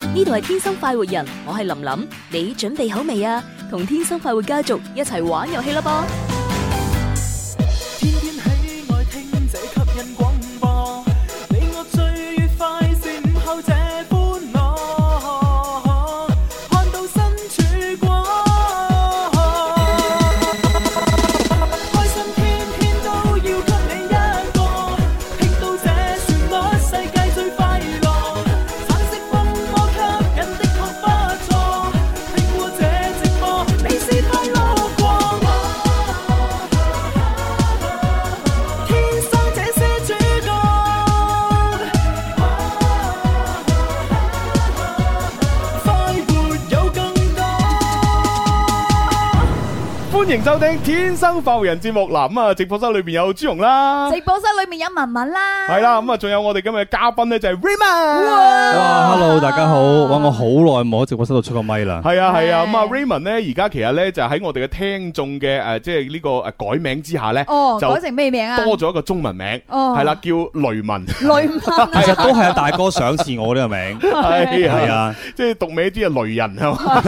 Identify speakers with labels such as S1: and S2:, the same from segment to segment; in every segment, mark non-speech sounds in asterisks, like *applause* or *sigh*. S1: 呢度係天生快活人，我係林琳，你準備好未啊？同天生快活家族一齊玩遊戲啦噃！
S2: 天天喜愛聽這吸引廣播，你我最愉快是午後這歡樂，看到身曙光，開心天天都要給你一個，聽到這旋律世界最快樂，橙色風波吸引的確不錯，聽過這直播你是快樂過。天生這些主角，快活有更多。
S3: 歡迎收聽《天生浮人》節目嗱，咁啊，直播室裏邊有朱容啦，
S4: 直播室裏面有文文啦，
S3: 係啦，咁啊，仲有我哋今日嘅嘉賓咧就係
S4: Ờ.
S3: Raymond，
S5: 哇，hello，大 Ờ, 家好！哇，我好耐冇喺直播室度出過咪啦。
S3: 係啊係啊，咁啊 Raymond 咧而家其實咧就喺我哋嘅聽眾嘅誒，即係呢個誒改名之下咧，
S4: 哦，
S3: 就
S4: 改成咩名啊？ *laughs*
S3: 多咗一個中文名，
S4: 哦
S3: 係啦，叫雷
S4: *laughs*
S3: 文，
S4: 雷文啊，
S5: 其實都係阿大哥賞賜我呢個名，
S3: 係
S5: 係，啊，
S3: 即係讀名啲係雷人係嘛。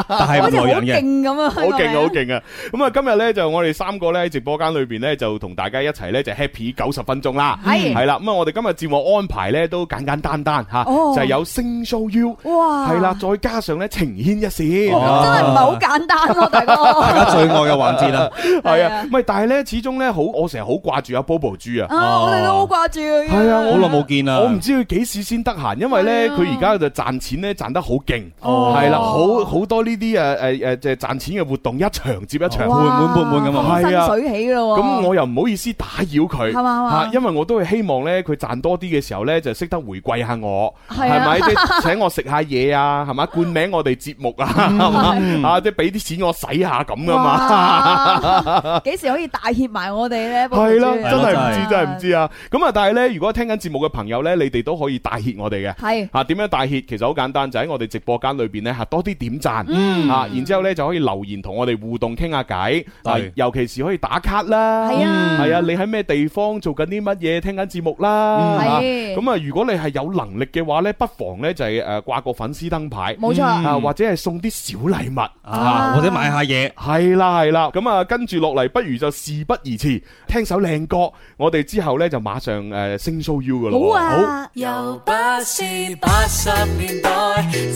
S4: *laughs*
S5: 但係
S4: 好
S5: 唔
S4: 似好
S5: 耐人嘅。
S4: 勁咁啊！
S3: 好勁好勁啊！咁啊，今日咧就我哋三個咧喺直播間裏邊咧就同大家一齊咧就 happy 九十分鐘啦，
S4: 係
S3: 係啦。咁啊，我哋今日節目安排咧都簡簡單單吓，
S4: 哦
S3: 就係有星 show you，
S4: 哇！
S3: 係啦，，再加上咧情牽一
S4: 真
S3: 線。
S5: 哦
S4: 係唔係好簡單咯，大哥。
S5: 大家最愛嘅環節啦，
S3: *laughs* 係
S4: 係
S3: 啊
S4: 啊，
S3: 喂，但係咧，始終咧好，我成日好掛住阿 Bobo 豬啊，
S4: 啊，我哋都好掛住佢。
S3: 係啊
S5: 好耐冇見啦。
S3: 我唔知佢幾時先得閒，因為咧
S4: 係啊
S3: 佢而家就賺錢咧賺得好勁，
S5: 哦
S3: 係啦，好好多呢啲誒誒誒，即係賺錢嘅活動一場接一場。
S4: 哇
S5: 滿滿滿滿咁
S3: 啊係啊
S4: 風生水起咯喎。
S3: 咁我又唔好意思打擾佢，
S4: 係嘛係嘛
S3: 嚇因為我都係希望咧佢賺多啲嘅時候咧，就識得回饋下我，係
S4: 係啊 *laughs*
S3: 咪？即係請我食下嘢啊，係嘛？冠名我哋節目啊，係
S5: 嗯
S3: 嘛？啊，即係俾啲錢我使下咁噶嘛。
S4: *laughs* 嘛，幾時可以大協埋我哋咧？寶寶
S3: 係啦，
S4: 豬
S3: 真係唔知，
S4: 啊
S3: 真係唔知啊！咁啊，但係咧，如果聽緊節目嘅朋友咧，你哋都可以帶挈我哋嘅。
S4: 係
S3: 啊，點樣帶挈？其實好簡單，就喺我哋直播間裏邊咧，嚇多啲點讚，
S4: 嗯
S3: 啊，然之後咧就可以留言同我哋互動傾下偈，啊
S5: 對，
S3: 尤其是可以打卡啦，
S4: 係啊
S3: 係啊，你喺咩地方做緊啲乜嘢，聽緊節目啦，
S4: 嗯
S3: 啊
S4: 係
S3: 咁啊，如果你係有能力嘅話咧，不妨咧就係誒掛個粉絲燈牌，
S4: 冇錯。
S3: 啊，或者係送啲小禮物。
S5: 啊，或者買下嘢，
S3: 係啦係啦，咁啊跟住落嚟，不如就事不宜遲，聽首靚歌。我哋之後呢，就馬上誒升 show you 噶咯。
S4: 好啊，
S6: 又不是八十年代，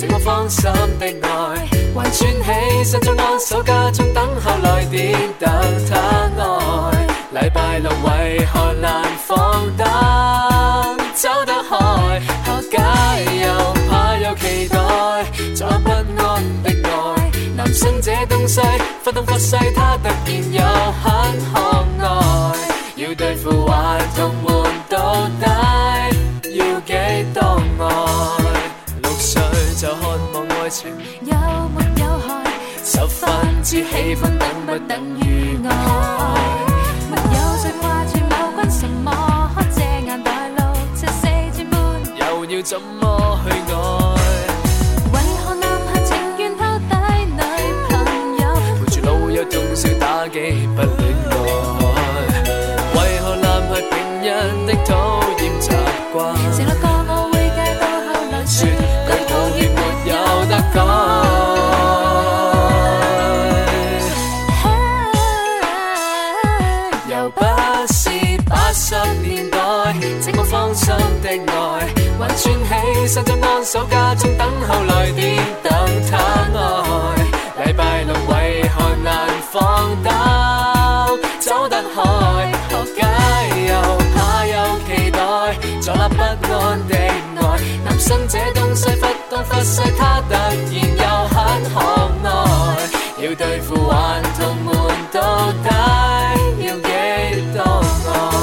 S6: 寂寞芳心的愛，還穿起新裝安守家中等候來電等他愛。禮拜六為何難放燈走得開？敲街又怕又期待，左不安的愛，男生這東西忽東忽西，他突然又很可愛，要對付還同門到底。要幾多愛？六歲就渴望愛情，
S7: 有沒有害？
S6: 十分之氣氛等不等於
S7: 愛
S6: 愛？
S7: 沒有誰掛住某君什麼，遮眼袋露出四寸半。
S6: 又要怎麼去愛？
S7: 為何男孩情願拋低女朋友？
S6: 陪住老友通宵打機不戀愛，為何男孩平日的討厭習慣？
S7: 承諾過我會戒到後來
S6: 説
S7: 說
S6: 句
S7: 句
S6: 抱
S7: 抱歉
S6: 歉沒
S7: 沒
S6: 有
S7: 有
S6: 得
S7: 得改。
S6: 改。又不是八十年代，寂寞芳心的愛，還穿起新裝安守家中等候來電等他愛。禮拜六為何難放膽走得開？學街又怕又期待，坐立不安的愛，男生這東西忽東忽西，他突然又很可愛，要對付還同門到底要幾多愛？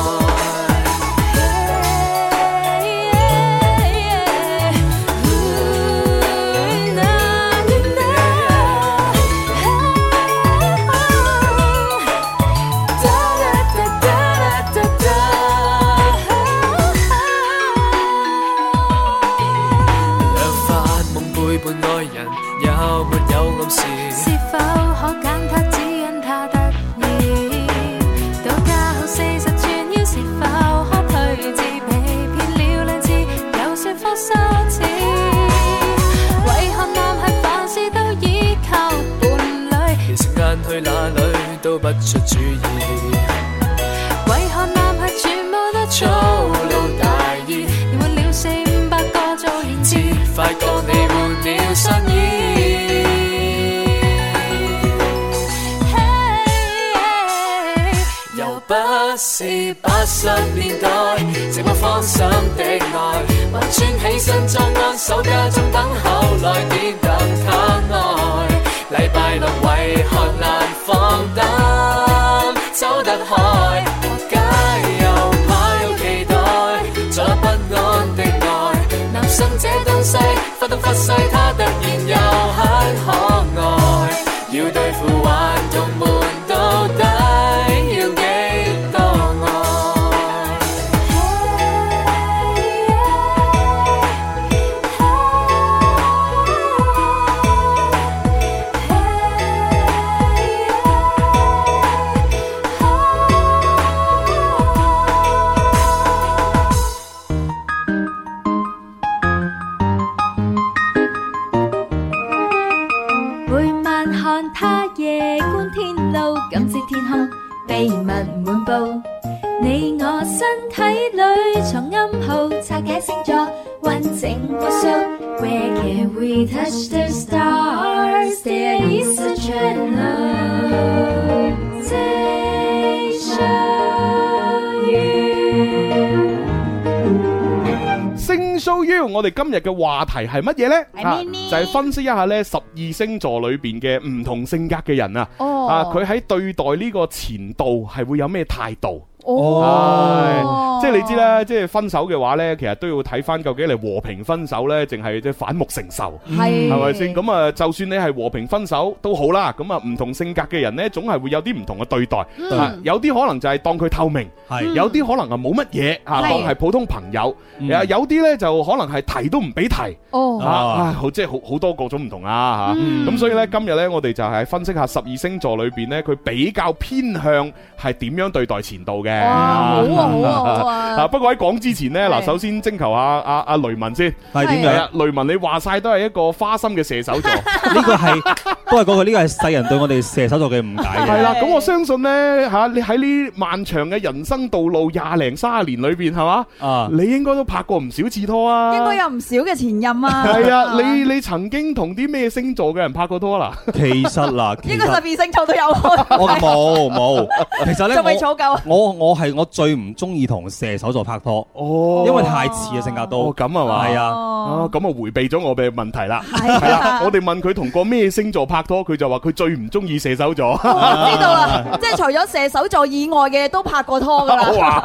S6: 若發夢背叛愛人，有沒有暗示？
S7: 是否可揀他指引他得意？到家後四十寸腰是否可退置？被騙了兩次，又算不羞恥。
S6: 都不出主意。
S7: 為何男孩全部都
S6: 粗
S7: 粗
S6: 魯
S7: 魯
S6: 大
S7: 大意？
S6: 意
S7: 你換了四五百個做言
S6: 至
S7: 辭，
S6: 快告你換了新衣，
S7: 嘿
S6: 又不是八十年代寂寞芳心的愛，還穿起新裝安守家中等候來電等他愛，禮拜六為何難放膽走得開？和解又怕又期待，坐不安的愛。男生這東西，忽東忽西，他突然又很可愛。要對付還同門到底，要幾多愛？
S7: 每晚看他夜觀天路，感知天空秘密滿布。你我身體裏藏暗號，拆解星座，完整無數。Where can we touch the stars? There is a channel.
S3: 星 show you，我哋今日嘅話題係乜嘢呢？
S4: 係
S3: 啊
S4: 咩呢
S3: 就係分析一下呢十二星座裏邊嘅唔同性格嘅人啊，
S4: 哦，
S3: 啊，佢喺對待呢個前度係會有咩態度？
S4: 哦，
S3: 即係你知啦，即係分手嘅話呢，其實都要睇翻究竟你和平分手呢，淨係即係反目成仇。
S4: 係，
S3: 係咪
S4: 嗯
S3: 先？咁啊，就算你係和平分手都好啦，咁啊唔同性格嘅人呢，總係會有啲唔同嘅對待。
S4: 嗯
S3: 啊有啲可能就係當佢透明，
S5: 係
S3: 有啲可能啊冇乜嘢啊，
S4: 係
S3: 當係普通朋友。
S5: 嗯
S3: 啊有啲呢就可能係提都唔俾提。啊
S4: 哦，嗯
S3: 啊，好即係好好多各種唔同啦嚇。咁所以呢，今日呢，我哋就係分析下十二星座裏邊呢，佢比較偏向係點樣對待前度嘅。
S4: 哇，好啊，好啊，好
S3: 啊！
S4: 啊，
S3: 不過喺講之前呢，嗱，
S4: 係
S3: 首先徵求阿阿阿雷文先。
S5: 係點
S3: 係
S4: 嗯
S5: 樣？
S3: 啊，雷文你話晒都係一個花心嘅射手
S4: *laughs*
S3: 座，係
S5: 呢個係都係嗰個，呢個係世人對我哋射手座嘅
S3: *laughs*
S5: 誤解嘅。
S3: 啦。咁我相信呢，吓，你喺呢漫長嘅人生道路廿零三十年裏邊，係嘛，
S5: 啊，
S3: 你應該都拍過唔少次拖 *laughs* 啊。
S4: *laughs* 應該有唔少嘅前任啊，
S3: 係啊，
S4: 係嘛
S3: 你你曾經同啲咩星座嘅人拍過拖啊啦？
S5: 其
S3: *laughs*
S5: 實嗱，其
S4: 應該十
S5: 實
S4: 二星座都有啊開，
S5: 我冇冇，其實
S4: 仲未
S5: 咧
S4: 儲夠。
S5: 我我我係我最唔中意同射手座拍拖，
S3: 哦
S5: 因為太似啊性格
S3: 哦
S5: 都。
S3: 咁係嘛？
S5: 係啊
S3: *laughs* 啊
S4: 哦，
S3: 咁啊回避咗我嘅問題
S5: *laughs*
S3: 啦。係
S4: 係
S3: 啦
S4: 啊，，
S3: 我哋問佢同過咩星座拍拖，佢就話佢最唔中意射手座。
S4: 我知道
S3: 啊
S4: 啦，即係除咗射手座以外嘅都拍過
S3: *laughs*
S4: 拖噶啦，
S3: 哇！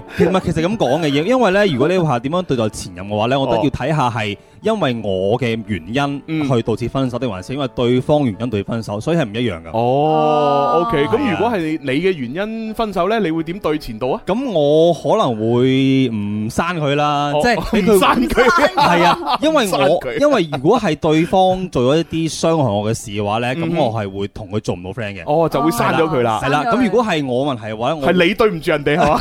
S5: *laughs* 誒，其實唔係，其實咁講嘅嘢，因為咧，如果你話點樣對待前任嘅話咧，我覺
S3: 哦
S5: 得要睇下係因為我嘅原
S3: 嗯
S5: 因去導致分手，定還是因為對方原因對分手，所以係唔一樣嘅。
S3: 哦，OK，咁
S5: 係啊
S3: 如果係你嘅原因分手呢，你會點對前度啊？
S5: 咁我可能會唔刪佢啦，啊即係俾佢
S3: 哦刪佢。
S5: 係
S3: *laughs*
S5: 啊，因為
S3: 刪
S5: 我
S3: 佢
S5: 因為如果係對方做咗一啲傷害我嘅事嘅話咧，咁
S3: 嗯哼
S5: 我係會同佢做唔到 friend 嘅。
S3: 哦，就會刪咗佢啦
S5: 係。啦，
S4: 刪咗佢
S5: 咁如果係我問題嘅話，我
S3: 係你對唔住人哋係嘛？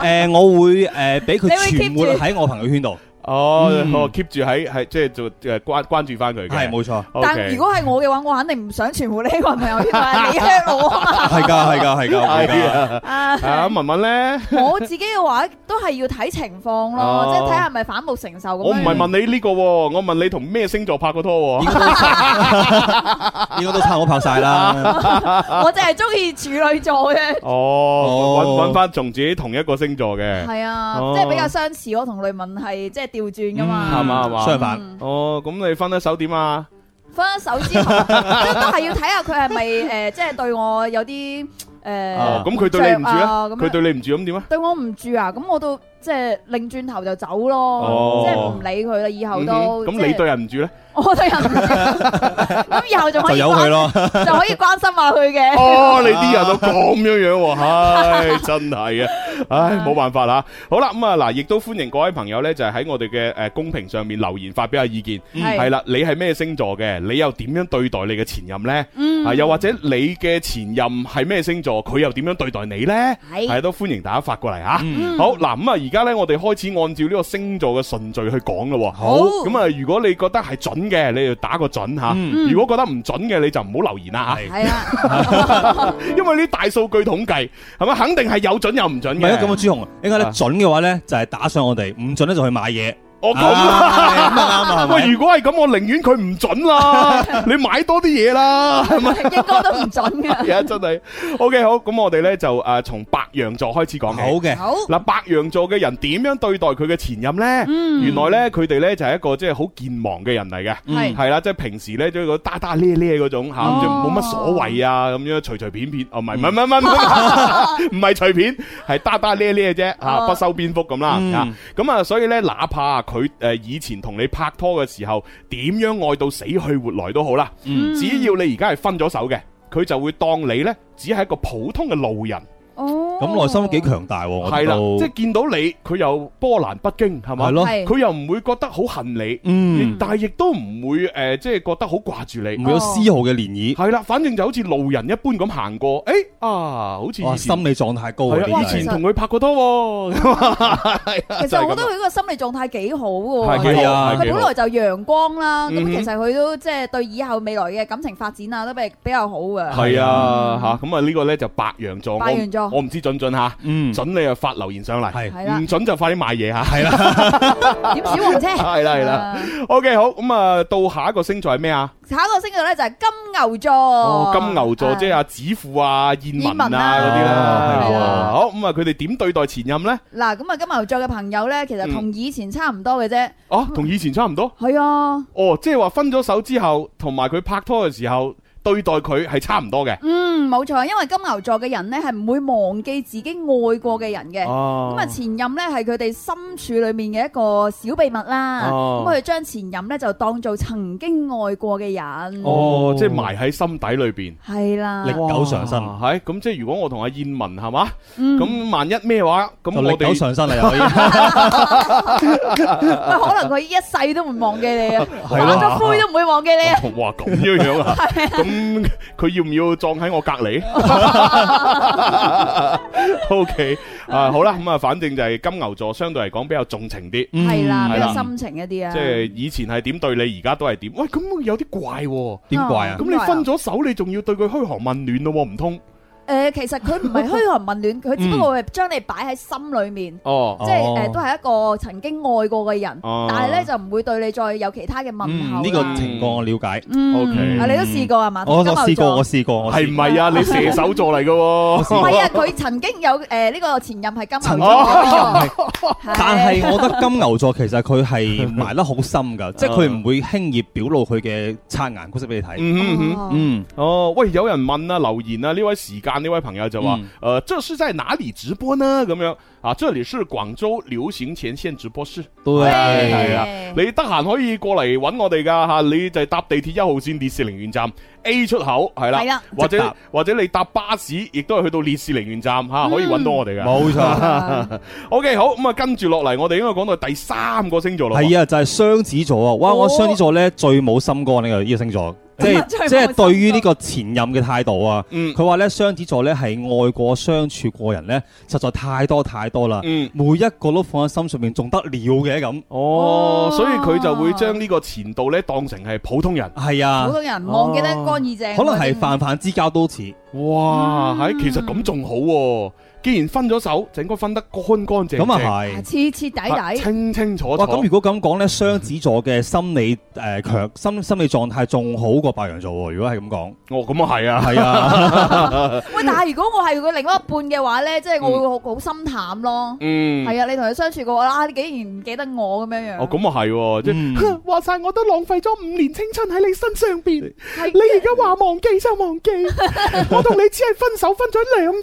S5: 誒誒，我會誒俾
S4: 你會
S5: 佢
S4: keep
S5: 存活
S4: 住
S5: 喺我朋友圈度，
S3: 哦
S5: 嗯
S3: 哦，keep 住喺係即係做誒關關注翻佢嘅。
S5: 係冇錯，
S3: OK。
S4: 但如果係我嘅話，我肯定唔想全部呢個朋友
S3: *laughs*
S4: 圈啊，你 hurt 我啊嘛
S5: 係㗎係㗎係㗎
S3: 係
S5: 係㗎。
S3: 啊，
S4: 啊。
S3: *laughs* 啊文文咧，
S4: 我自己嘅話都係要睇情況
S3: 哦
S4: 咯，即係睇下係咪反目成仇咁樣。
S3: 我唔係問你呢個喎，我問你同咩星座拍過拖
S4: *laughs*
S5: 應
S3: 喎？
S5: 該都應該都差唔多拍晒啦。
S4: 我淨係中意處女
S3: *laughs*
S4: 座嘅。
S3: 哦，
S5: 哦
S3: 揾揾翻同自己同一個星座嘅，
S4: 係啊
S3: 哦，
S4: 即係比較相似。我同雷文係即係調轉噶嘛，
S3: 嗯係嘛係嘛
S5: 相反，
S4: 嗯
S3: 哦，咁你分咗手點啊？
S4: 分咗手之
S5: *laughs*
S4: 後，都都係要睇下佢係咪誒，即係對我有啲
S3: 哦
S4: 誒，
S3: 咁佢對你唔住
S4: 着
S3: 咧，
S4: 啊咁樣
S3: 佢對你唔住咁點啊？
S4: 對我唔住啊，咁我都即係擰轉頭就走咯
S3: 哦，
S4: 即係唔理佢啦，以後
S3: 嗯
S4: 都
S3: 哼咁你
S4: 即係
S3: 對人唔住
S4: *laughs*
S3: 咧？
S4: 我對人唔住，咁以後仲可
S5: 就
S4: 以
S5: 由佢
S4: 關
S5: 咯。
S4: 就可以關心下佢嘅。
S3: 哦，你啲人都咁樣樣
S4: *laughs*
S3: 喎，唉，真係嘅，唉，冇辦法啦。好啦，咁啊嗱，亦都歡迎各位朋友呢，就係喺我哋嘅誒公屏上面留言發表下意見。
S4: 係
S3: 係啦，你係咩星座嘅？你又點樣對待你嘅前任呢？
S4: 嗯
S3: 啊，又或者你嘅前任係咩星座，佢又點樣對待你呢？
S4: 係嗯
S3: 係都歡迎大家發過嚟吓。好嗱，咁啊，而家呢，我哋開始按照呢個星座嘅順序去講咯。
S4: 好
S3: 咁啊，如果你覺得係準嘅，你就打個準吓；
S5: 嗯
S3: 如果覺得唔準嘅，你就唔好留言啦吓。
S4: 係啦，
S3: 因為呢大數據統計係咪肯定係有準有唔準
S5: 唔係啊，咁啊，
S3: 嘅？
S5: 朱紅，應該咧
S3: 啊
S5: 準嘅話咧就係打上我哋，唔準咧就去買嘢。
S3: 我咁啊。
S4: *laughs*
S5: 啊咁啊啱啊，係
S3: 喂，
S5: 咪？
S3: 如果係咁，我寧願佢唔準啦，
S4: *laughs*
S3: 你買多啲嘢啦，係咪？
S4: 應該都唔準
S3: *laughs* 而
S4: 嘅。
S3: 家真係 OK 好，咁我哋呢就誒從白羊座開始講
S5: 好
S3: 起。
S5: 嘅，
S4: 好，
S3: 嗱，白羊座嘅人點樣對待佢嘅前任呢？原來呢，佢哋呢就係一個即係好健忘嘅人嚟嘅，
S4: 係
S3: 係啦，即係平時呢，都係嗰打打咧咧嗰種嚇，
S4: 哦
S3: 就冇乜所謂啊，咁樣隨隨便便，哦唔係唔係唔係唔係唔係隨便，係打打咧咧啫嚇，
S4: 哦
S3: 不修邊幅咁啦
S5: 嗯
S3: 嚇。咁啊，所以呢，哪怕佢誒以前同你拍拖嘅時候點樣愛到死去活來都好啦。
S5: 嗯
S3: 只要你而家係分咗手嘅，佢就會當你呢，只係一個普通嘅路人，
S4: 哦，
S5: 咁內心幾強大喎，我
S3: 係啦，即係
S5: 係
S3: 見到你，佢又波瀾不驚，係嘛
S5: 係？咯，
S4: 係
S3: 佢又唔會覺得好恨你，
S5: 嗯，
S3: 但係亦都唔會诶，即係覺得好掛住你
S5: 唔。會有絲毫嘅漣漪，
S3: 係啦，反正就好似路人一般咁行過，诶啊，好似
S5: 哇，
S3: 以前
S5: 心理狀態高啊，
S3: 係
S5: 呢
S3: 啊，
S5: 啲
S3: 以
S5: 係
S3: 前同佢拍過拖喎，
S4: 其
S3: 啊就係
S4: 實
S3: 咁
S4: 我覺得佢個心理狀態幾好
S3: 係
S4: 嘅
S3: 幾
S4: 喎。
S5: 係
S3: 好
S5: 啊
S4: 佢
S3: 係幾
S4: 本
S3: 好
S4: 來就陽光啦，咁
S3: 嗯哼
S4: 其實佢都即係對以後未來嘅感情發展啊，都比比較好嘅。
S3: 係啊吓，咁啊呢個呢就白羊座，
S4: 白羊座
S3: 我唔我唔知準唔準吓，
S5: 嗯，
S3: 準你就發留言上嚟，
S5: 係
S4: 係啦
S3: 唔準就快啲買嘢吓。 *laughs*
S4: 點小黃車？
S3: 係 *laughs* 啦係啦
S4: 啊
S3: OK，好，咁啊，到下一個星座係咩啊？
S4: 下一個星座咧就係金牛座。
S3: 哦，金牛座即係阿子富啊、燕文啊
S4: 燕文啊
S3: 嗰啲啦，
S5: 係喎
S3: 哇好，咁啊，佢哋點對待前任呢？
S4: 嗱，咁啊金牛座嘅朋友咧，其
S3: 嗯
S4: 實同以前差唔多嘅啫。
S3: 哦，同以前差唔多。
S4: 係啊，
S3: 哦，即係話分咗手之後，同埋佢拍拖嘅時候對待佢係差唔多嘅。
S4: 嗯，冇錯，因為金牛座嘅人咧係唔會忘記自己愛過嘅人嘅。咁
S3: 哦
S4: 啊，前任咧係佢哋深處裏面嘅一個小秘密啦。
S3: 哦
S4: 啊咁佢哋將前任咧就當做曾經愛過嘅人。
S3: 哦，即係埋喺心底裏邊。
S4: 係啦
S5: 歷，久常新，
S3: 係咁，即係如果我同阿燕文係嘛，
S4: 嗯
S3: 咁萬一咩話，咁
S5: 就
S3: 我
S5: 歷久
S3: 哋
S5: 常新啦，又
S3: *laughs*
S5: 可以
S4: 喂可能佢一世都唔會忘記你 *laughs* 啊，
S5: 係
S4: 化
S5: 咯
S4: 咗灰都唔會忘記你啊。
S3: 哇咁樣樣
S5: *laughs*
S3: 啊，咁佢要唔要葬喺我隔離？OK，啊好啦，咁啊，反正就係金牛座相對嚟講比較重情啲。
S5: 嗯
S4: 係啦，
S3: 係
S4: 比
S3: 啦
S4: 較深情一啲啊。
S3: 即係以前係點對你，而家都係點？喂，咁有啲怪喎、
S5: 點怪啊
S3: 咁
S4: 哦？
S3: 你分咗手，你仲要對佢噓寒問暖咯喎，唔通？
S4: 誒，其實佢唔係虛寒問暖，佢只不過係將你擺喺心裏面，
S3: 哦，
S4: 即係誒都係一個曾經愛過嘅人，
S3: 哦
S4: 但係咧就唔會對你再有其他嘅問候
S5: 嗯，
S4: 啦。
S5: 呢個情況我了解，
S4: 嗯
S3: OK
S4: 啊你都試過係嘛？
S5: 我我
S4: 金牛
S5: 試過，
S4: 座
S5: 我試過，我
S3: 係唔係啊？你射手座嚟嘅
S4: 唔
S3: 喎，
S4: 係啊，佢曾經有誒呢個前任係金
S5: 曾
S4: 牛
S5: 經
S4: 座 *laughs*
S5: 有
S4: 嘅
S5: 人
S4: 喎，
S5: 係，
S4: 係
S5: 但係我覺得金牛座其實佢係
S3: *laughs*
S5: 埋得好深
S3: 嗯
S5: 㗎，即係佢唔會輕易表露佢嘅刷牙骨色俾你睇。
S3: 嗯嗯嗯，
S4: 哦
S5: 嗯，
S3: 哦，喂，有人問啊，留言啊，呢位時間呢位朋友就話，誒、呃
S5: 嗯
S3: 這是在哪裡直播呢？咁樣啊，這裡是廣州流行前線直播室，
S5: 對，
S3: 係
S5: 係
S3: 啊
S5: 啊，
S3: 你得閒可以過嚟揾我哋㗎嚇，你就係搭地鐵一號線烈士陵園站 A 出口，係
S4: 係
S3: 啦
S4: 啦，
S3: 或
S5: 直
S3: 者
S5: 達
S3: 或者你搭巴士，亦都係去到烈士陵園站嚇，可以揾到我哋㗎。
S5: 冇錯，
S4: 啊
S3: O K，好咁啊，跟住落嚟，我哋應該講到第三個星座咯。
S5: 係啊，就係雙子座啊！哇，
S4: 哦
S5: 我雙子座咧最冇心肝呢個呢個星座，即
S4: *laughs*
S5: 係
S4: 真係冇
S5: 即係
S4: 心肝
S5: 對於呢個前任嘅態度啊！
S3: 嗯
S5: 佢話咧雙子座咧係愛過相處過人咧，實在太多太多啦，
S3: 嗯，
S5: 每一個都放喺心上面，仲得了嘅咁。
S3: 哦
S4: 哦，
S3: 所以佢就會將呢個前度咧當成係普通人。
S5: 係
S4: 普
S5: 啊，
S4: 通人忘記得乾淨
S3: 哦
S4: 淨，
S5: 可能係
S4: 啊
S5: 泛泛之交都似。
S3: 哇，係其實咁仲好喎。既然分咗手，就應該分得乾乾淨淨，
S5: 咁啊係。
S4: 徹徹底
S3: 啊
S4: 底。
S3: 清清楚楚。
S5: 哇！咁如果咁講咧，雙子座嘅心理誒強心心理狀態仲好過白羊座喎。如果係咁講，
S3: 哦，咁啊係啊。
S5: 係啊，
S3: *laughs*
S4: 喂，但係如果我係佢另外一半嘅話咧，即係我會好好心淡咯。
S3: 嗯，
S4: 係啊，你同佢相處過啦，你竟然唔記得我咁樣樣。
S3: 哦，咁啊係喎，即
S5: *laughs* 嗯
S3: 係 *laughs* 話晒我都浪費咗五年青春喺你身上邊。
S4: 係 *laughs*
S3: 你而家話忘記就忘記，我同你只係分手分咗兩日，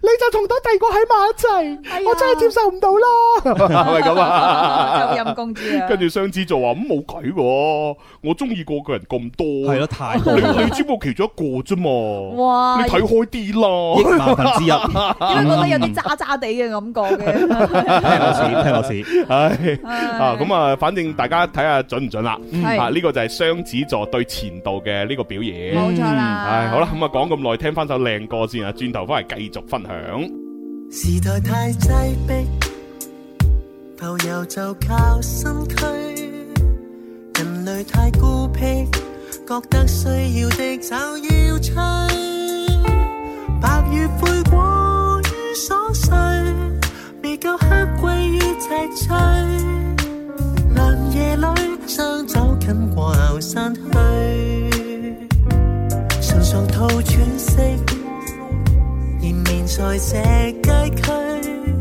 S3: 你就同對得第二個喺埋一齊，
S4: 哎呀
S3: 我真係接受唔到
S5: *laughs*
S3: 啦，係咪咁啊？
S4: 真係陰公豬啊！
S3: *laughs* 跟住雙子座話咁冇計喎，我中意過個人咁多，
S5: 係咯，太多 *laughs*
S3: 你
S5: 啦
S3: 你，只不過其中一個啫嘛，
S4: 啊哇，
S3: 你睇開啲啦。
S4: 點解覺得
S5: 億萬分之一， *laughs*
S4: 有
S3: 嗯
S4: 啲渣渣地嘅感覺嘅？
S5: 聽落似，聽落似，
S3: 唉， *laughs* 啊
S4: 啊
S3: 咁啊，反正大家睇下準唔準啦。
S4: 係
S3: 啊，呢個就係雙子座對前度嘅呢個表現。
S4: 冇錯啦。
S3: 唉，好啦，咁啊講咁耐，聽翻首靚歌先啊，轉頭翻嚟繼續分享。
S8: 時代太擠迫，浮游就靠身軀。人類太孤僻，覺得需要的找要追。白與灰過於瑣碎，未夠黑歸於脊椎。良夜裏相走近過後散去，常常吐喘息。延綿在這街區，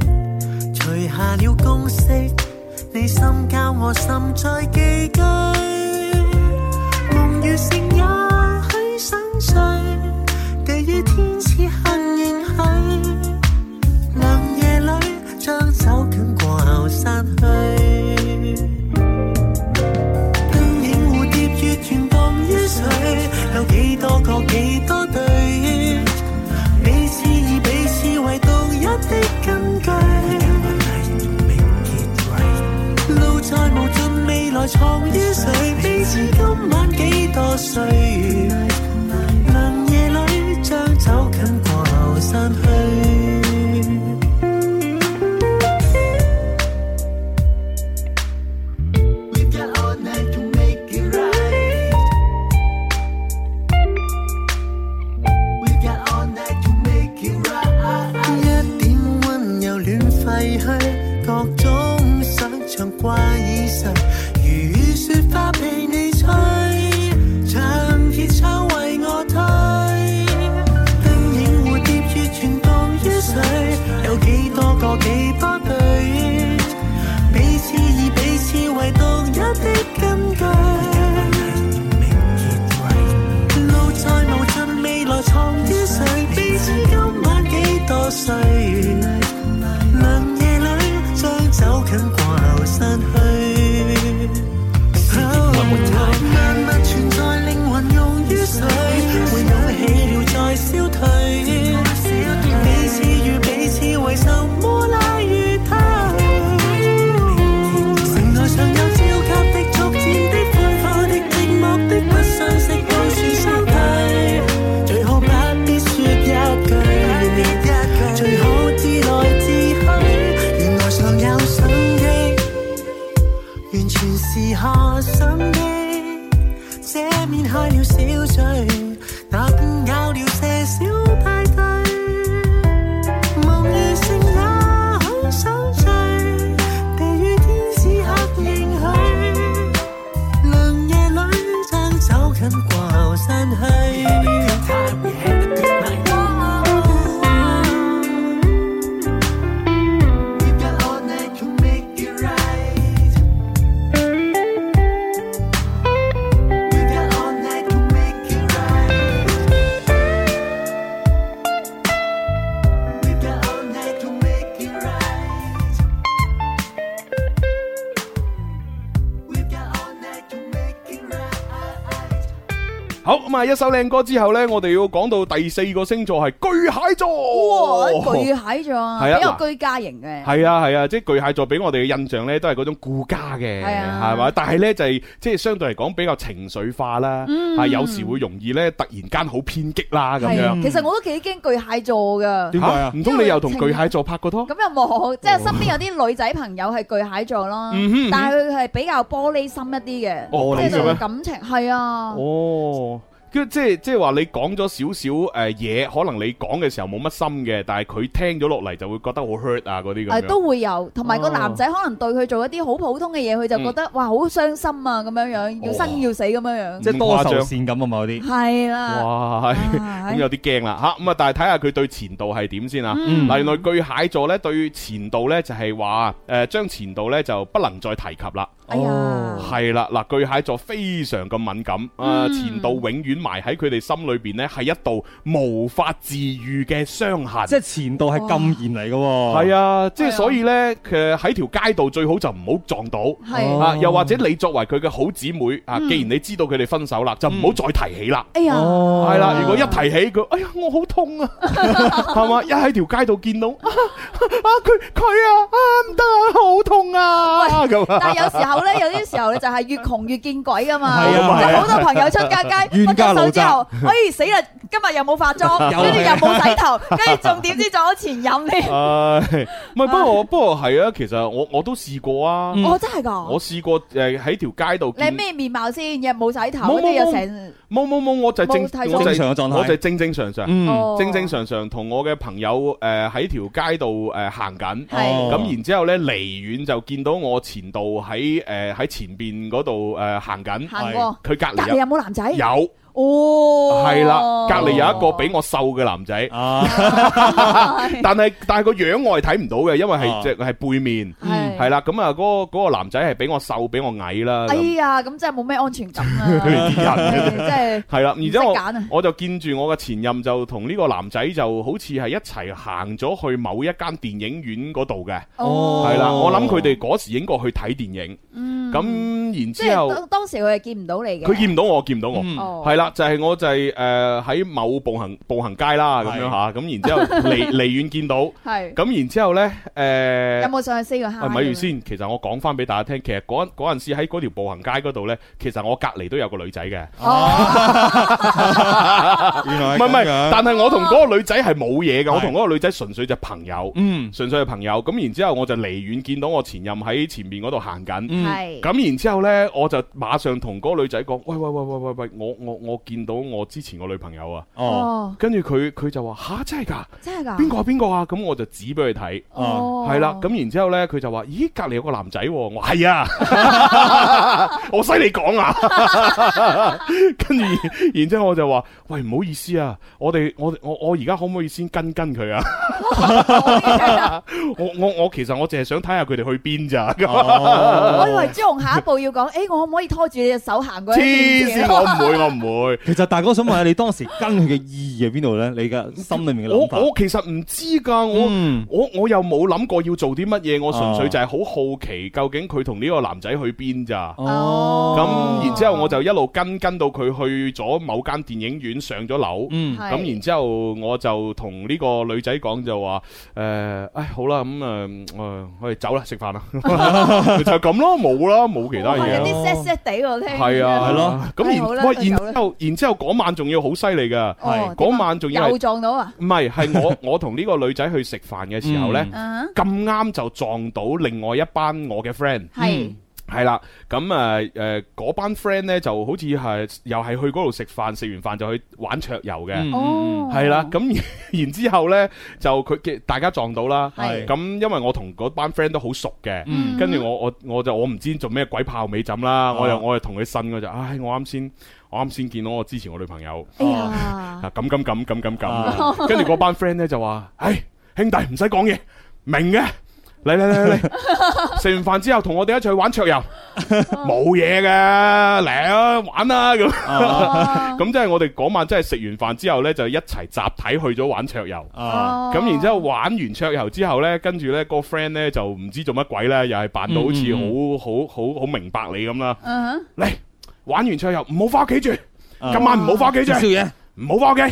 S8: 除下了公式，你心交我心再寄居。夢與醒也許相隨，地與天此恨應許。良夜裏將走近過後散去，燈影蝴蝶月圓蕩於水，有幾多個幾多對。彼此以彼此為獨一的根據。路再無盡，未來藏於誰？未知今晚幾多歲月？良夜裏將走近過後散去。We've got all night to make it right. We've got all night to make it right. 一點溫柔亂廢去，各種想像掛耳垂，如雨雪花被你吹，長熱窗為我推。燈影蝴蝶月全蕩於水，有幾多個幾多對，彼此以彼此為獨一的根據。路再無盡，未來藏於誰？未知今晚幾多歲月？良夜裏將走近過後散去。萬物存在，靈魂用於水，會湧起了再消退。彼此與彼此為什麼拉與他？城內尚有焦急的、逐漸的、歡快的、寂寞的、不相識到處相睇，最好不必説一句，最好知來自去。原來尚有心機。完全是學心機，這面開了小嘴，那邊搞了些小派對。夢與醒也許相聚，地與天使刻應許，良夜裏將走近過後散去。We've got all night to make it right. We've got all night to make it right. We've got all night to make it right.
S3: 好咁啊！一首靚歌之後呢，我哋要講到第四個星座係巨蟹
S4: 哇！
S3: 座。
S4: 巨蟹座啊，
S3: 係啊
S4: 比較居家型嘅，
S3: 係啊係啊，即係巨蟹座俾我哋嘅印象呢，都係嗰種顧家嘅，
S4: 係啊
S3: 係嘛？但係呢，就係即係相對嚟講比較情緒化啦，係有時會容易呢，突然間好偏激啦咁
S4: 嗯係啊
S3: 樣。
S4: 其實我都幾驚巨蟹座噶。
S5: 點解啊
S3: 嚇唔通你又同巨蟹座拍過拖？
S4: 咁又冇，即係身邊有啲女仔朋友係巨蟹座咯，
S3: 嗯哼
S4: 但係佢係比較玻璃心一啲嘅，
S3: 哦
S4: 即
S3: 咁嘅
S4: 係對
S3: 咩
S4: 感情係啊，
S3: 哦，跟即係即係話你講咗少少誒嘢，可能你講嘅時候冇乜心嘅，但係佢聽咗落嚟就會覺得好 hurt 啊嗰啲咁
S4: 誒
S3: 樣。
S4: 都會有，同埋個
S3: 哦
S4: 男仔可能對佢做一啲好普通嘅嘢，佢就覺得哇好傷心啊咁樣樣，要生要死咁樣樣，
S5: *laughs* 即係多愁善感啊嘛嗰啲。
S4: 係啦，
S3: 哇，係
S4: 啊
S3: 咁有啲驚啦吓，咁啊，但係睇下佢對前度係點先啊。
S5: 嗯
S3: 嗱，原來巨蟹座咧對前度咧就係話誒，將前度咧就不能再提及啦。
S4: 係哎
S5: 哦
S4: 呀，
S3: 系啦，嗱，巨蟹座非常咁敏感，啊，前度永遠埋喺佢哋心裏边呢，係一道無法治愈嘅傷痕。
S5: 即係前度係禁言嚟嘅喎。
S3: 係
S5: 啊，
S3: 啊，即
S4: 係
S3: 係
S4: 啊
S3: 所以呢，佢喺條街度最好就唔好撞到。
S4: 係
S3: 啊，又或者你作為佢嘅好姊妹啊，既然你知道佢哋分手啦，就唔好再提起啦。
S4: 哎呀，
S5: 哦
S3: 係啦，如果一提起佢，哎呀，我好痛啊，係嘛？一喺條街度見到啊，啊佢佢啊，啊唔得啊，好痛啊，咁啊。
S4: 但係有時候咧，有啲時候咧就係越窮越見鬼噶嘛，即
S5: 係啊
S4: 係好多朋友出家街，
S5: 冤
S4: 分
S5: 家
S4: 咗
S5: 路
S4: 手之
S5: 窄
S4: 後，哎死啦，今日又冇化妝，
S5: 又
S4: 跟住
S5: 係
S4: 又冇洗頭，跟住重點知撞咗前任添，
S3: 唉，唔係，不過不過係啊，其實我我都試過啊，
S5: 嗯
S4: 我真係㗎
S3: 我，試過誒喺條街度
S4: 你
S3: 見，
S4: 咩面貌先？又冇洗頭，
S3: 冇
S4: 跟住又
S3: 冇
S4: 成，
S3: 冇冇冇，我就正
S4: 冇睇
S3: 我就
S4: 錯
S5: 正常嘅狀態
S3: 我就正正常常。
S5: 嗯，
S4: 哦
S3: 正正，常常同我嘅朋友誒喺條街度誒行緊，
S4: 係
S5: 哦
S3: 咁然之後呢，離遠就見到我前度喺誒喺前邊嗰度誒行緊，
S4: 行
S3: 係
S4: 過
S3: 佢隔
S4: 隔離
S3: 離
S4: 有冇男仔？
S3: 有有
S4: 哎哦，
S3: 係啦，隔離有一個比我瘦嘅男仔，
S5: 啊，
S3: 但係但係個樣我係睇唔到嘅，因為係
S5: 哦
S3: 隻係背面。
S4: 嗯係
S3: 係啦，咁啊，嗰個嗰個男仔係比我瘦，比我矮啦。
S4: 哎
S3: 咁
S4: 呀，咁真係冇咩安全
S3: *laughs*
S4: 感啊！
S3: 哋啲
S4: *laughs*
S3: 人
S4: 真係
S3: 係啦，然之後
S4: 唔識揀啊
S3: 我我就見住我嘅前任就同呢個男仔就好似係一齊行咗去某一間電影院嗰度嘅，
S5: 哦
S3: 係啦，我諗佢哋嗰時應該去睇電影，
S4: 嗯
S3: 咁然
S4: 即
S3: 之
S4: 係
S3: 後
S4: 當當時佢係見唔到你嘅，
S3: 佢見唔到我，見唔到我。
S5: 嗯
S4: 哦
S3: 係啦，就係我就係誒喺某步行步行街啦咁樣吓，咁然之後
S5: *laughs*
S3: 離離遠見到，
S4: 係
S3: 咁然之後呢，誒
S4: 有冇上去 say 個 hi？
S3: 喂，咪住先，其實我講翻俾大家聽，其實嗰嗰陣時喺嗰條步行街嗰度呢，其實我隔離都有個女仔嘅，
S4: 哦，
S3: 唔係唔
S5: 原來
S3: 係，
S5: 咁樣
S3: 但係我同嗰個女仔係冇嘢嘅，
S5: 係
S3: 我同嗰個女仔純粹就朋友，
S5: 嗯
S3: 純粹係朋友。咁然之後我就離遠見到我前任喺前面嗰度行緊，
S5: 嗯
S4: 係
S3: 咁然之後呢，我就馬上同嗰個女仔講：喂喂喂喂喂喂，我我我見到我之前個女朋友啊！
S5: 哦
S4: 哦，
S3: 跟住佢佢就話吓，真係㗎，
S4: 真係㗎？
S3: 邊個啊邊個啊？咁我就指俾佢睇。
S4: 哦，
S3: 系啦，咁然之後呢，佢就話：咦，隔離有個男仔喎，我係啊，我犀利講啊，跟住然之後我就話：喂，唔好意思啊，我哋我我我而家可唔可以先跟跟佢啊？我我我其實我淨係想睇下佢哋去邊咋，咁
S5: *laughs*
S4: 我以
S5: 哦，
S4: 為朱紅下一步要講， *laughs* 誒，我可唔可以拖住你隻手行過
S3: 黐
S4: 去邊
S3: 線，我唔會，我唔會。
S5: 其實大哥想問下你當時跟佢嘅意義喺邊度咧？你嘅心裏面嘅
S3: 我
S5: 諗法。
S3: 我其實唔知㗎，我
S5: 嗯
S3: 我我又冇諗過要做啲乜嘢，我純粹就係好好奇，究竟佢同呢個男仔去邊咋？
S4: 哦
S3: 咁
S5: Ừ.
S3: 然之後我就一路跟跟到佢去咗某間電影院上咗樓，
S5: 嗯
S4: 係
S3: 咁然之後我就同呢個女仔講就話誒，唉好啦咁誒嗯誒，我哋走啦食飯啦，就係咁咯，冇啦冇其他
S4: 哇啊有
S3: 嘢啦。
S4: 啲 sad sad 地喎，聽
S3: 係啊，
S5: 係咯
S3: 咁
S4: 唉好啦
S3: 然喂，
S4: 就走啦
S3: 然之後，然之後嗰晚仲要好犀利噶，
S4: 哦點
S3: 嗰
S4: 啊
S3: 晚仲要係
S4: 又撞到啊，
S3: 唔係係我我同呢個女仔去食飯嘅時候呢，
S4: 嗯，
S3: 咁啱就撞到另外一班我嘅 friend。
S4: 係
S3: 係啦，咁啊誒嗰班 friend 呢就好似係又係去嗰度食飯，食完飯就去玩桌遊嘅，
S5: 嗯
S4: 哦，
S3: 係啦、咁 *laughs* 然之後呢，就佢嘅大家撞到啦，
S4: 係
S3: 咁因為我同嗰班 friend 都好熟嘅。
S5: 嗯
S3: 跟住我我我就我唔知做咩鬼炮尾枕啦，我又
S5: 哦
S3: 我又同佢呻嗰就，唉，我啱先我啱先見到我之前我女朋友，
S4: 哎呀，
S3: 啊咁咁咁咁咁咁，跟住嗰班 friend 咧就話：，唉，兄弟唔使講嘢，明嘅，嚟嚟嚟嚟嚟，食完飯之後同我哋一齊去玩桌遊，冇嘢嘅，嚟啊玩啦咁。
S4: 哦
S3: *laughs* 咁即係我哋嗰晚真係食完飯之後咧，就一齊集體去咗玩桌遊。
S4: Ờ.
S5: 啊，
S4: 哦
S3: 咁然之後玩完桌遊之後呢，跟住呢個 friend 呢就唔知做乜鬼呢，又係扮到好似好好好好明白你咁啦。
S4: 嗯
S3: 嚟玩完桌遊，唔好翻屋企住，
S5: 啊
S3: 今晚唔好翻屋企住
S5: *laughs* 食。宵夜。
S3: 唔好翻屋企，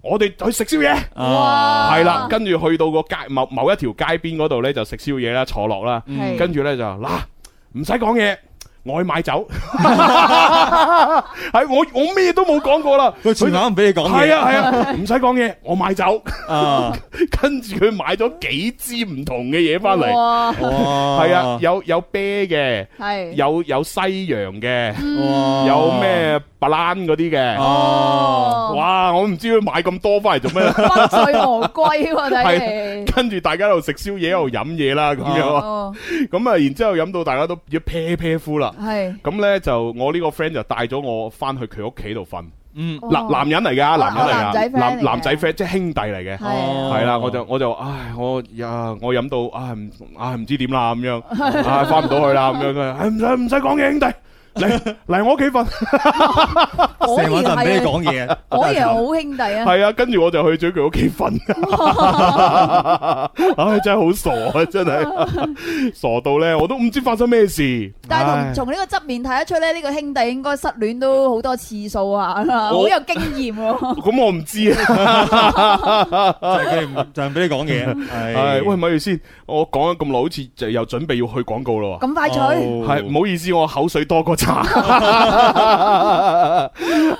S3: 我哋去食宵夜。
S4: 哼哇，
S3: 係啦，跟住去到個街某某一條街邊嗰度呢，就食宵夜啦，坐落啦，
S4: 係
S3: 跟住呢，就嗱，唔使講嘢。我去買酒，係我我咩都冇講過啦。
S5: 佢全晚唔俾你講嘢。
S3: 係啊係啊，唔使講嘢，我買酒。
S5: 啊，
S3: *laughs* 跟住佢買咗幾支唔同嘅嘢翻嚟，
S4: 哇，
S5: 哇，
S3: 係啊，有有啤嘅，
S4: 係，
S3: 有有西洋嘅，
S5: 哇，
S3: 有咩白蘭嗰啲嘅。
S5: 哦，
S4: 哦
S3: 哇！我唔知佢買咁多翻嚟做咩啦。
S4: 不醉無歸喎，睇嚟。
S3: 跟住大家喺度食宵夜，喺度飲嘢啦，咁樣啊，
S4: 哦，
S3: 咁啊，然之後飲到大家都要啤啤呼啦。
S4: 係。
S3: 咁呢，就我呢個 friend 就帶咗我翻去佢屋企度瞓，
S4: Ừ.
S5: 嗯，
S3: 男男人嚟噶，男人
S4: 哦男仔
S3: 嚟
S4: friend
S3: 噶，男
S4: 嚟嘅
S3: 男仔 friend 即係兄弟嚟嘅。
S4: 係啊。
S3: 係啦，我就我就唉，我呀，我飲到唉唔唉唔知點啦咁樣，唉翻唔到去啦咁樣，佢話唉唔使唔使講嘢，兄弟嚟嚟我屋企瞓。
S4: 果然
S5: 成晚就唔俾你
S4: 係啊，
S5: 講嘢。
S4: 果然係好兄弟啊。
S3: 係啊，跟住我就去咗佢屋企
S4: *laughs*
S3: 瞓。唉，真係好傻啊，真係傻到咧，我都唔知發生咩事。
S4: 但係同-
S3: 唉
S4: 從呢個側面睇得出呢，呢個兄弟應該失戀都好多次數啊， *laughs* 好有經驗喎。
S3: 咁我唔知啊，
S5: 就係佢唔就係唔俾你講嘢。
S3: 唉
S5: 係
S3: 喂，咪住先，我講咗咁耐，好似就又準備要去廣告咯喎。
S4: 咁快脆？
S3: 系唔好意思，我口水多過
S4: *laughs*
S3: 茶。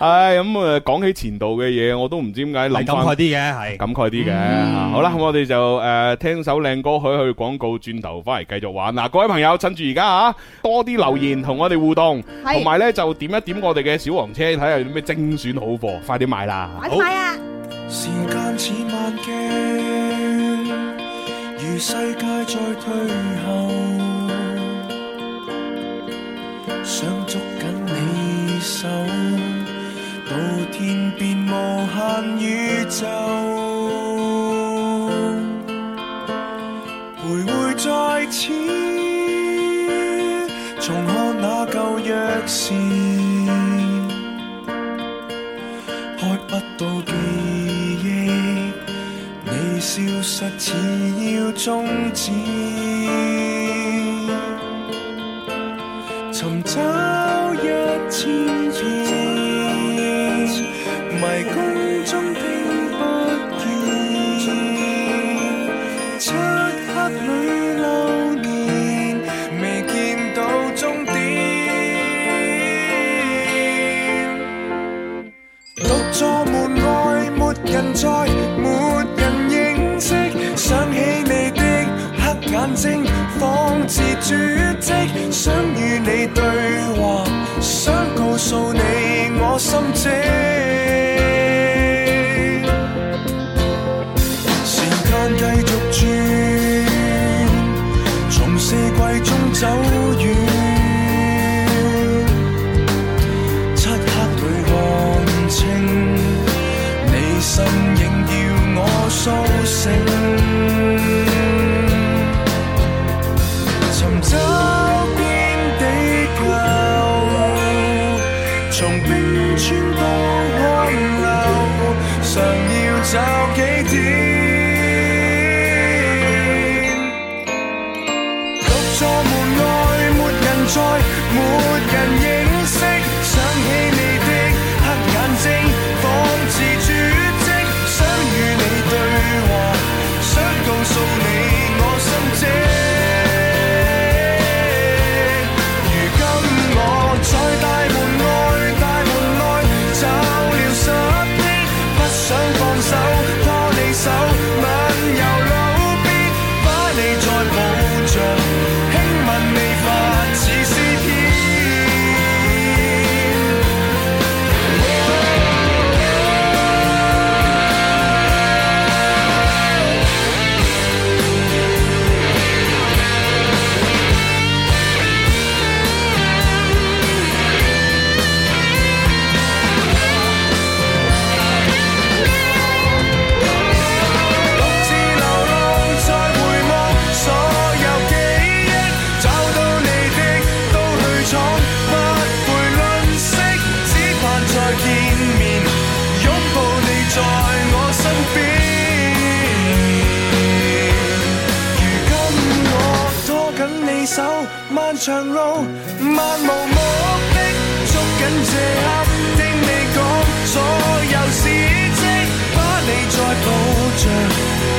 S3: 唉，咁啊，講起前度嘅嘢，我都唔知點解
S5: 係
S3: 諗
S5: 感慨
S3: 翻
S5: 啲嘅，係
S3: 感慨啲嘅。啊好啦，咁我哋就诶听首靚歌，去去廣告，轉頭翻嚟繼續玩。嗱，各位朋友，趁住而家啊，多啲留言同我哋互動，
S4: 係
S3: 同埋呢就點一點我哋嘅小黃車，睇下有啲咩精選好貨，快啲買啦！
S4: 快啲買啊！
S2: 時間似慢鏡，如世界在退後，想捉緊你手，到天邊無限宇宙，徘徊在此，重看那舊約時。開不到記憶，你消失似要終止。尋找一千遍，迷宮中聽不見，漆黑裏流連，未見到終點。獨坐門外，沒人在，沒人認識。想起你的黑眼睛，仿似絕迹。想與你對話，想告訴你我心迹。時間繼續轉，從四季中走遠。漆黑裏看清，你身影要我甦醒。尋找邊地球，從冰川到海流，常要找幾點？獨坐門外，沒人在，沒人認識。想起你的黑眼睛，仿似絕迹。想與你對話，想告訴你我心迹。如今我在大門外，大門內找了十年，不想放手，拖你手，吻柔路邊，把你再抱着，輕吻你髮似詩篇。獨自流浪，再回望所有記憶，找到你的都去闖，不會吝惜，只盼再見面，擁抱你在我身邊。如今我拖緊你手，漫長路，漫無目的，捉緊這刻的你講所有事蹟，把你再抱着，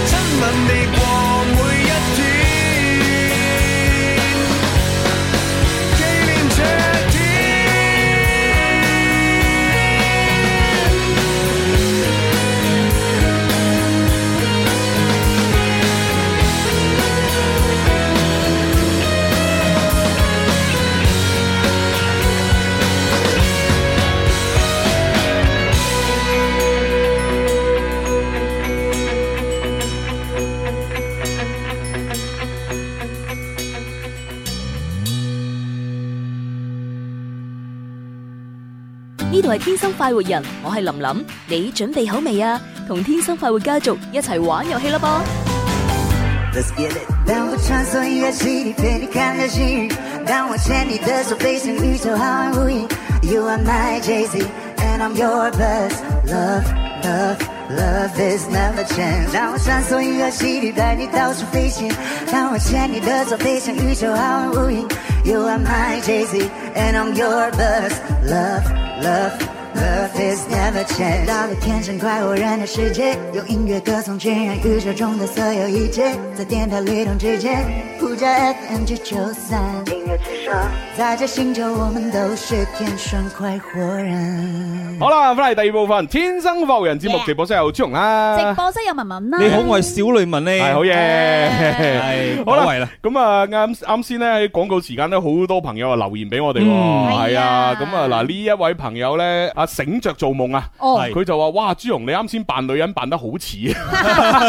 S2: 親吻你過每一天，紀念這天。Hãy subscribe cho kênh Ghiền Mì Gõ Để không bỏ lỡ
S1: 呢度系天生快活人，我系林林，你准备好未啊？同天生快活家族一齐玩游戏啦噃！
S9: Let's get it。当我穿梭音乐剧，你陪你看流星雨。当我牵你的手，飞向宇宙浩瀚无垠。You are my Jay Z and I'm your Buzz。Love, love, love is never change。当我穿梭音乐剧，你带你到处飞行。当我牵你的手，飞向宇宙浩瀚无垠。You are my Jay Z and I'm your Buzz。Love, love。Love is never change。到了天生快活人的世界，用音乐歌颂浸染宇宙中的所有一切，在电台律动之间，呼叫 FM 九九三，音乐之声，在这星球我们都是天生快活人。
S3: 好啦，翻嚟第二部分《天生浮人》節目
S4: Yeah
S3: 直播室有朱紅啦，
S4: 直播室有文文啦。
S5: 你好，我係小女文呢。
S3: 係好嘢。
S5: 係
S3: 好啦
S5: 久違啦，
S3: 咁啊，啱啱先咧喺廣告時間咧，好多朋友啊留言俾我哋
S5: 嗯
S3: 喎，係啊，
S4: 係啊
S3: 咁啊嗱呢一位朋友咧，阿醒着做夢啊，
S4: 哦，
S5: 係
S3: 佢就話：哇，朱紅你啱先扮女人扮得好似
S5: *laughs*
S3: 啊，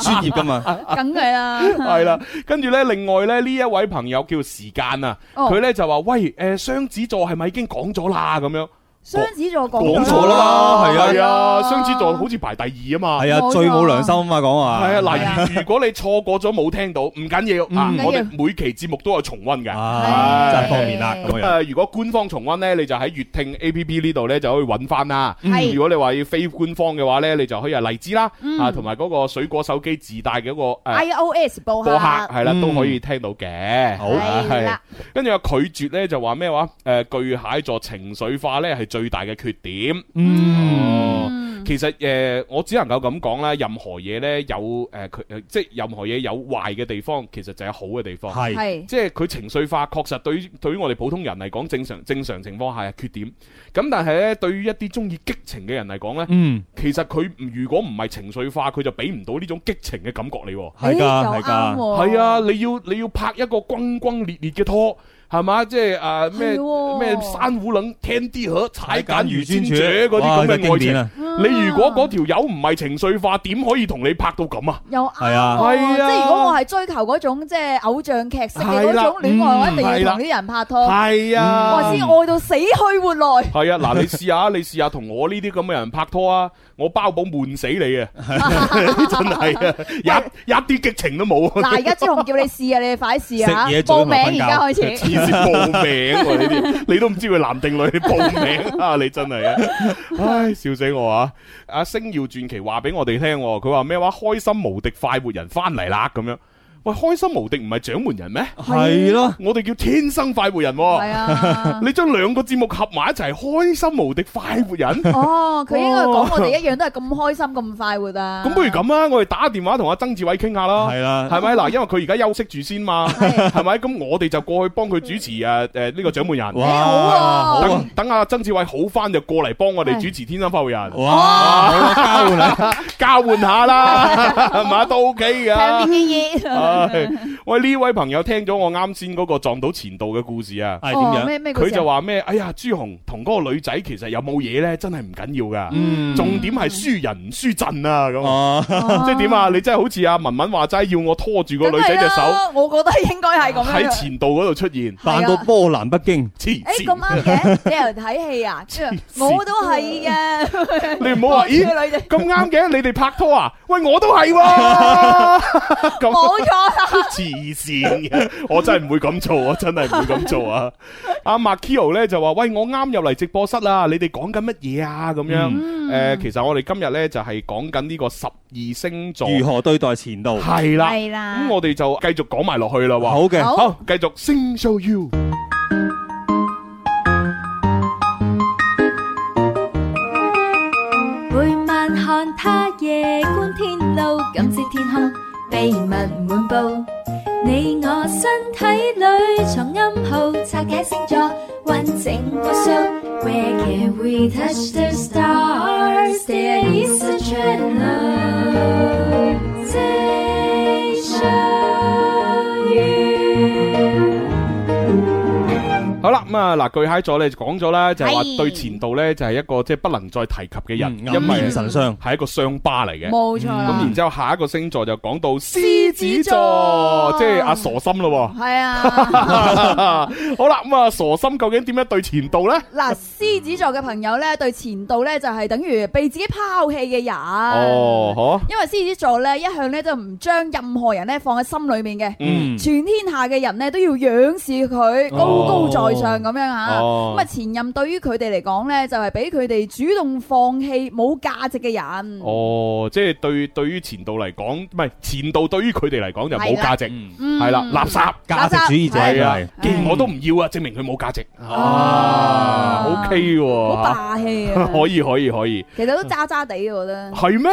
S5: 專業噶嘛。
S4: 梗係啦。
S3: 係啦。跟住咧，另外咧呢一位朋友叫時間啊，
S4: 哦
S3: 佢咧就話：喂，誒雙子座係咪已經講咗啦？咁樣
S5: 哦
S4: 雙子座講咗啦。
S5: 講咗啦，係啊。
S3: 係啊，雙子座好似排第二啊嘛。
S5: 係啊，
S4: 冇錯
S5: 最冇良心啊嘛，講話。
S3: 系啊，
S4: 係
S3: 嗱，如如果你錯過咗冇聽到，唔緊要啊
S5: 嗯唔緊，要
S3: 我哋每期節目都有重温嘅。
S5: À. 啊，
S3: 係
S5: 真係方便啦咁樣。
S3: 誒，如果官方重温呢，你就喺粵聽 A P P 呢度呢就可以揾翻啦。
S5: 嗯
S4: 係
S3: 如果你話要非官方嘅話呢，你就可以係荔枝啦，
S4: 嗯
S3: 啊，同埋嗰個水果手機自帶嘅嗰個誒
S4: iOS 播
S3: 播客
S4: 客。
S3: 係啦，
S5: 嗯
S3: 都可以聽到嘅。
S5: 好
S3: 係。跟住有拒絕呢，就話咩話？誒，巨蟹座情緒化呢係最大嘅缺點。
S5: Ừ. 嗯，
S4: 嗯，
S3: 其實誒、呃我只能夠咁講啦。任何嘢呢，有誒佢、呃即係任何嘢有壞嘅地方，其實就有好嘅地方。
S5: 係
S4: 係。
S3: 即係佢情緒化，確實對於對於我哋普通人嚟講，正常正常情況下係缺點。咁但係呢，對於一啲中意激情嘅人嚟講呢，
S5: 嗯，
S3: 其實佢唔如果唔係情緒化，佢就俾唔到呢種激情嘅感覺你喎。
S5: 係㗎，係
S4: 咦，又
S5: 㗎。
S4: 啱喎。
S3: 係啊，你要你要拍一個轟轟烈烈嘅拖，係嘛？即係啊咩
S4: 係喎
S3: 咩珊瑚冷天地河踩
S5: 簡
S3: 緊如
S5: 專
S3: 專者嗰啲
S5: 哇
S3: 咁
S5: 真係
S3: 嘅
S5: 經
S3: 愛
S5: 典
S3: 情。
S5: 啊！
S3: 你如果嗰條友唔係情緒化，點可以同你拍到咁啊？
S4: 又啱
S5: 係啊
S4: 喎，
S3: 係啊
S4: 即係如果我係追求嗰種即係偶像劇式嘅
S3: 係
S4: 嗰
S3: 啦
S4: 種戀愛，我一定
S3: 嗯係
S4: 要
S3: 啦
S4: 同啲人拍拖，
S3: 係
S5: 啊
S4: 我先愛到死去活來。
S3: 係啊，嗱，你試下， *laughs* 你試下同我呢啲咁嘅人拍拖啊，我包保悶死你
S4: *laughs*
S3: 啊！真係啊，一一啲激情都冇啊，
S4: 嗱，而家朱紅叫你試啊，你哋快試啊
S5: 食嘢
S4: 嚇！
S5: 早
S4: 報
S5: 同埋
S4: 名而家
S5: 瞓覺
S4: 開始。
S3: 黐線報名喎呢啲，你都唔知佢男定女，你報名啊！你真係啊，唉，笑死我啊！阿星耀傳奇話俾我哋聽喎，佢話咩話？開心無敵快活人翻嚟啦咁樣。喂，開心無敵唔係掌門人咩？
S5: 係咯，
S3: 我哋叫天生快活人喎。
S4: 係啊。
S3: 你將兩個節目合埋一齊，開心無敵快活人。
S4: 哦，佢應該講我哋一樣都係咁開心咁快活啊！
S3: 咁不如咁啊，我哋打電話同阿曾志偉傾下啦。
S5: 係啦，
S3: 係咪嗱？因為佢而家休息住先嘛，
S4: 係
S3: 係咪？咁我哋就過去幫佢主持啊誒呢個獎門人。
S5: 哇，
S4: 好啊
S5: 好啊
S3: 等等阿曾志偉好翻就過嚟幫我哋主持《天生發育人》，
S5: 哇，好啊交換啊，
S3: 交換下
S4: *laughs*
S3: 啦，係嘛都 OK
S4: 睇
S3: 噶。
S4: 邊嘅嘢？
S3: 唉喂，呢位朋友聽咗我啱先嗰個撞到前度嘅故事啊，
S5: 係點
S4: 哦
S5: 樣？
S4: 咩咩故事
S3: 佢
S4: 啊
S3: 就話咩？哎呀，朱紅同嗰個女仔其實有冇嘢呢？真係唔緊要噶，
S5: 嗯
S3: 重點係輸人唔輸陣啊咁。
S5: 哦，
S3: 即係點啊？你真係好似阿文文話齋，要我拖住個
S4: 梗係
S3: 女仔隻手
S4: *laughs* 啦我覺得應該係咁樣
S3: 喺
S4: 嘅。
S3: 前度嗰度出現，
S5: 扮到波瀾不驚，
S3: 黐
S4: 誒哎咁啊
S3: 線！
S4: 啱嘅，你又睇戲啊？我都係嘅。
S3: 你唔好話
S4: 呢
S3: 咦
S4: 個女仔
S3: 咁啱嘅，你哋拍拖啊？喂，我都係
S4: *laughs*
S3: 喎，咁
S4: 冇錯啦。
S3: 黐線嘅，我真係唔會咁做，我真係唔會咁做啊！阿 Makio 咧就話：喂，我啱入嚟直播室啦，你哋講緊乜嘢啊？咁樣誒，其實我哋今日咧就係講緊呢個十二星座，
S5: 如何對待前度？
S3: 係啦。
S4: 啦
S3: 咁我哋就繼續講埋落去啦喎。
S5: 好嘅，
S4: 好
S3: 好，繼續星 show you。
S7: 每晚看他夜觀天路，感知天空秘密滿布。你我身體裏藏暗號，拆解星座，完整個 show。Where can we touch the stars? There is a translation.
S3: 好啦，咁啊嗱，巨蟹座咧就講咗啦，就係話
S4: 係
S3: 對前度咧就係一個即係不能再提及嘅人，
S5: 嗯
S3: 因為
S5: 暗戀神傷
S3: 係一個傷疤嚟嘅。
S4: 冇錯
S3: 咁
S4: 啦
S3: 然，之後下一個星座就講到獅子座，
S4: 獅子座
S3: 即係阿傻心咯
S4: 係啊。
S3: 喎。 *laughs* 好啦，咁啊傻心究竟點樣對前度咧？
S4: 嗱，獅子座嘅朋友咧，對前度咧就係等於被自己拋棄嘅人。
S3: 哦，嗬。
S4: 因為獅子座咧一向咧就唔將任何人咧放喺心裏面嘅，
S5: 嗯
S4: 全天下嘅人咧都要仰視佢，高高在上咁樣吓。
S3: 哦
S4: 咁啊，前任對於佢哋嚟講咧，就係俾佢哋主動放棄冇價值嘅人。
S3: 哦，即係對對於前度嚟講，唔係前度對於佢哋嚟講就冇價值，
S5: 嗯
S4: 嗯
S3: 係啦，垃圾。
S5: 價值主義者
S3: 係啊
S5: 係，
S3: 既然我都唔要啊，證明佢冇價值。
S4: 啊
S3: 啊，OK 喎，
S4: 好霸氣啊！
S3: *laughs* 可以可以可以，
S4: 其實都渣渣地，我覺得。
S3: 係
S4: *laughs*
S3: 咩？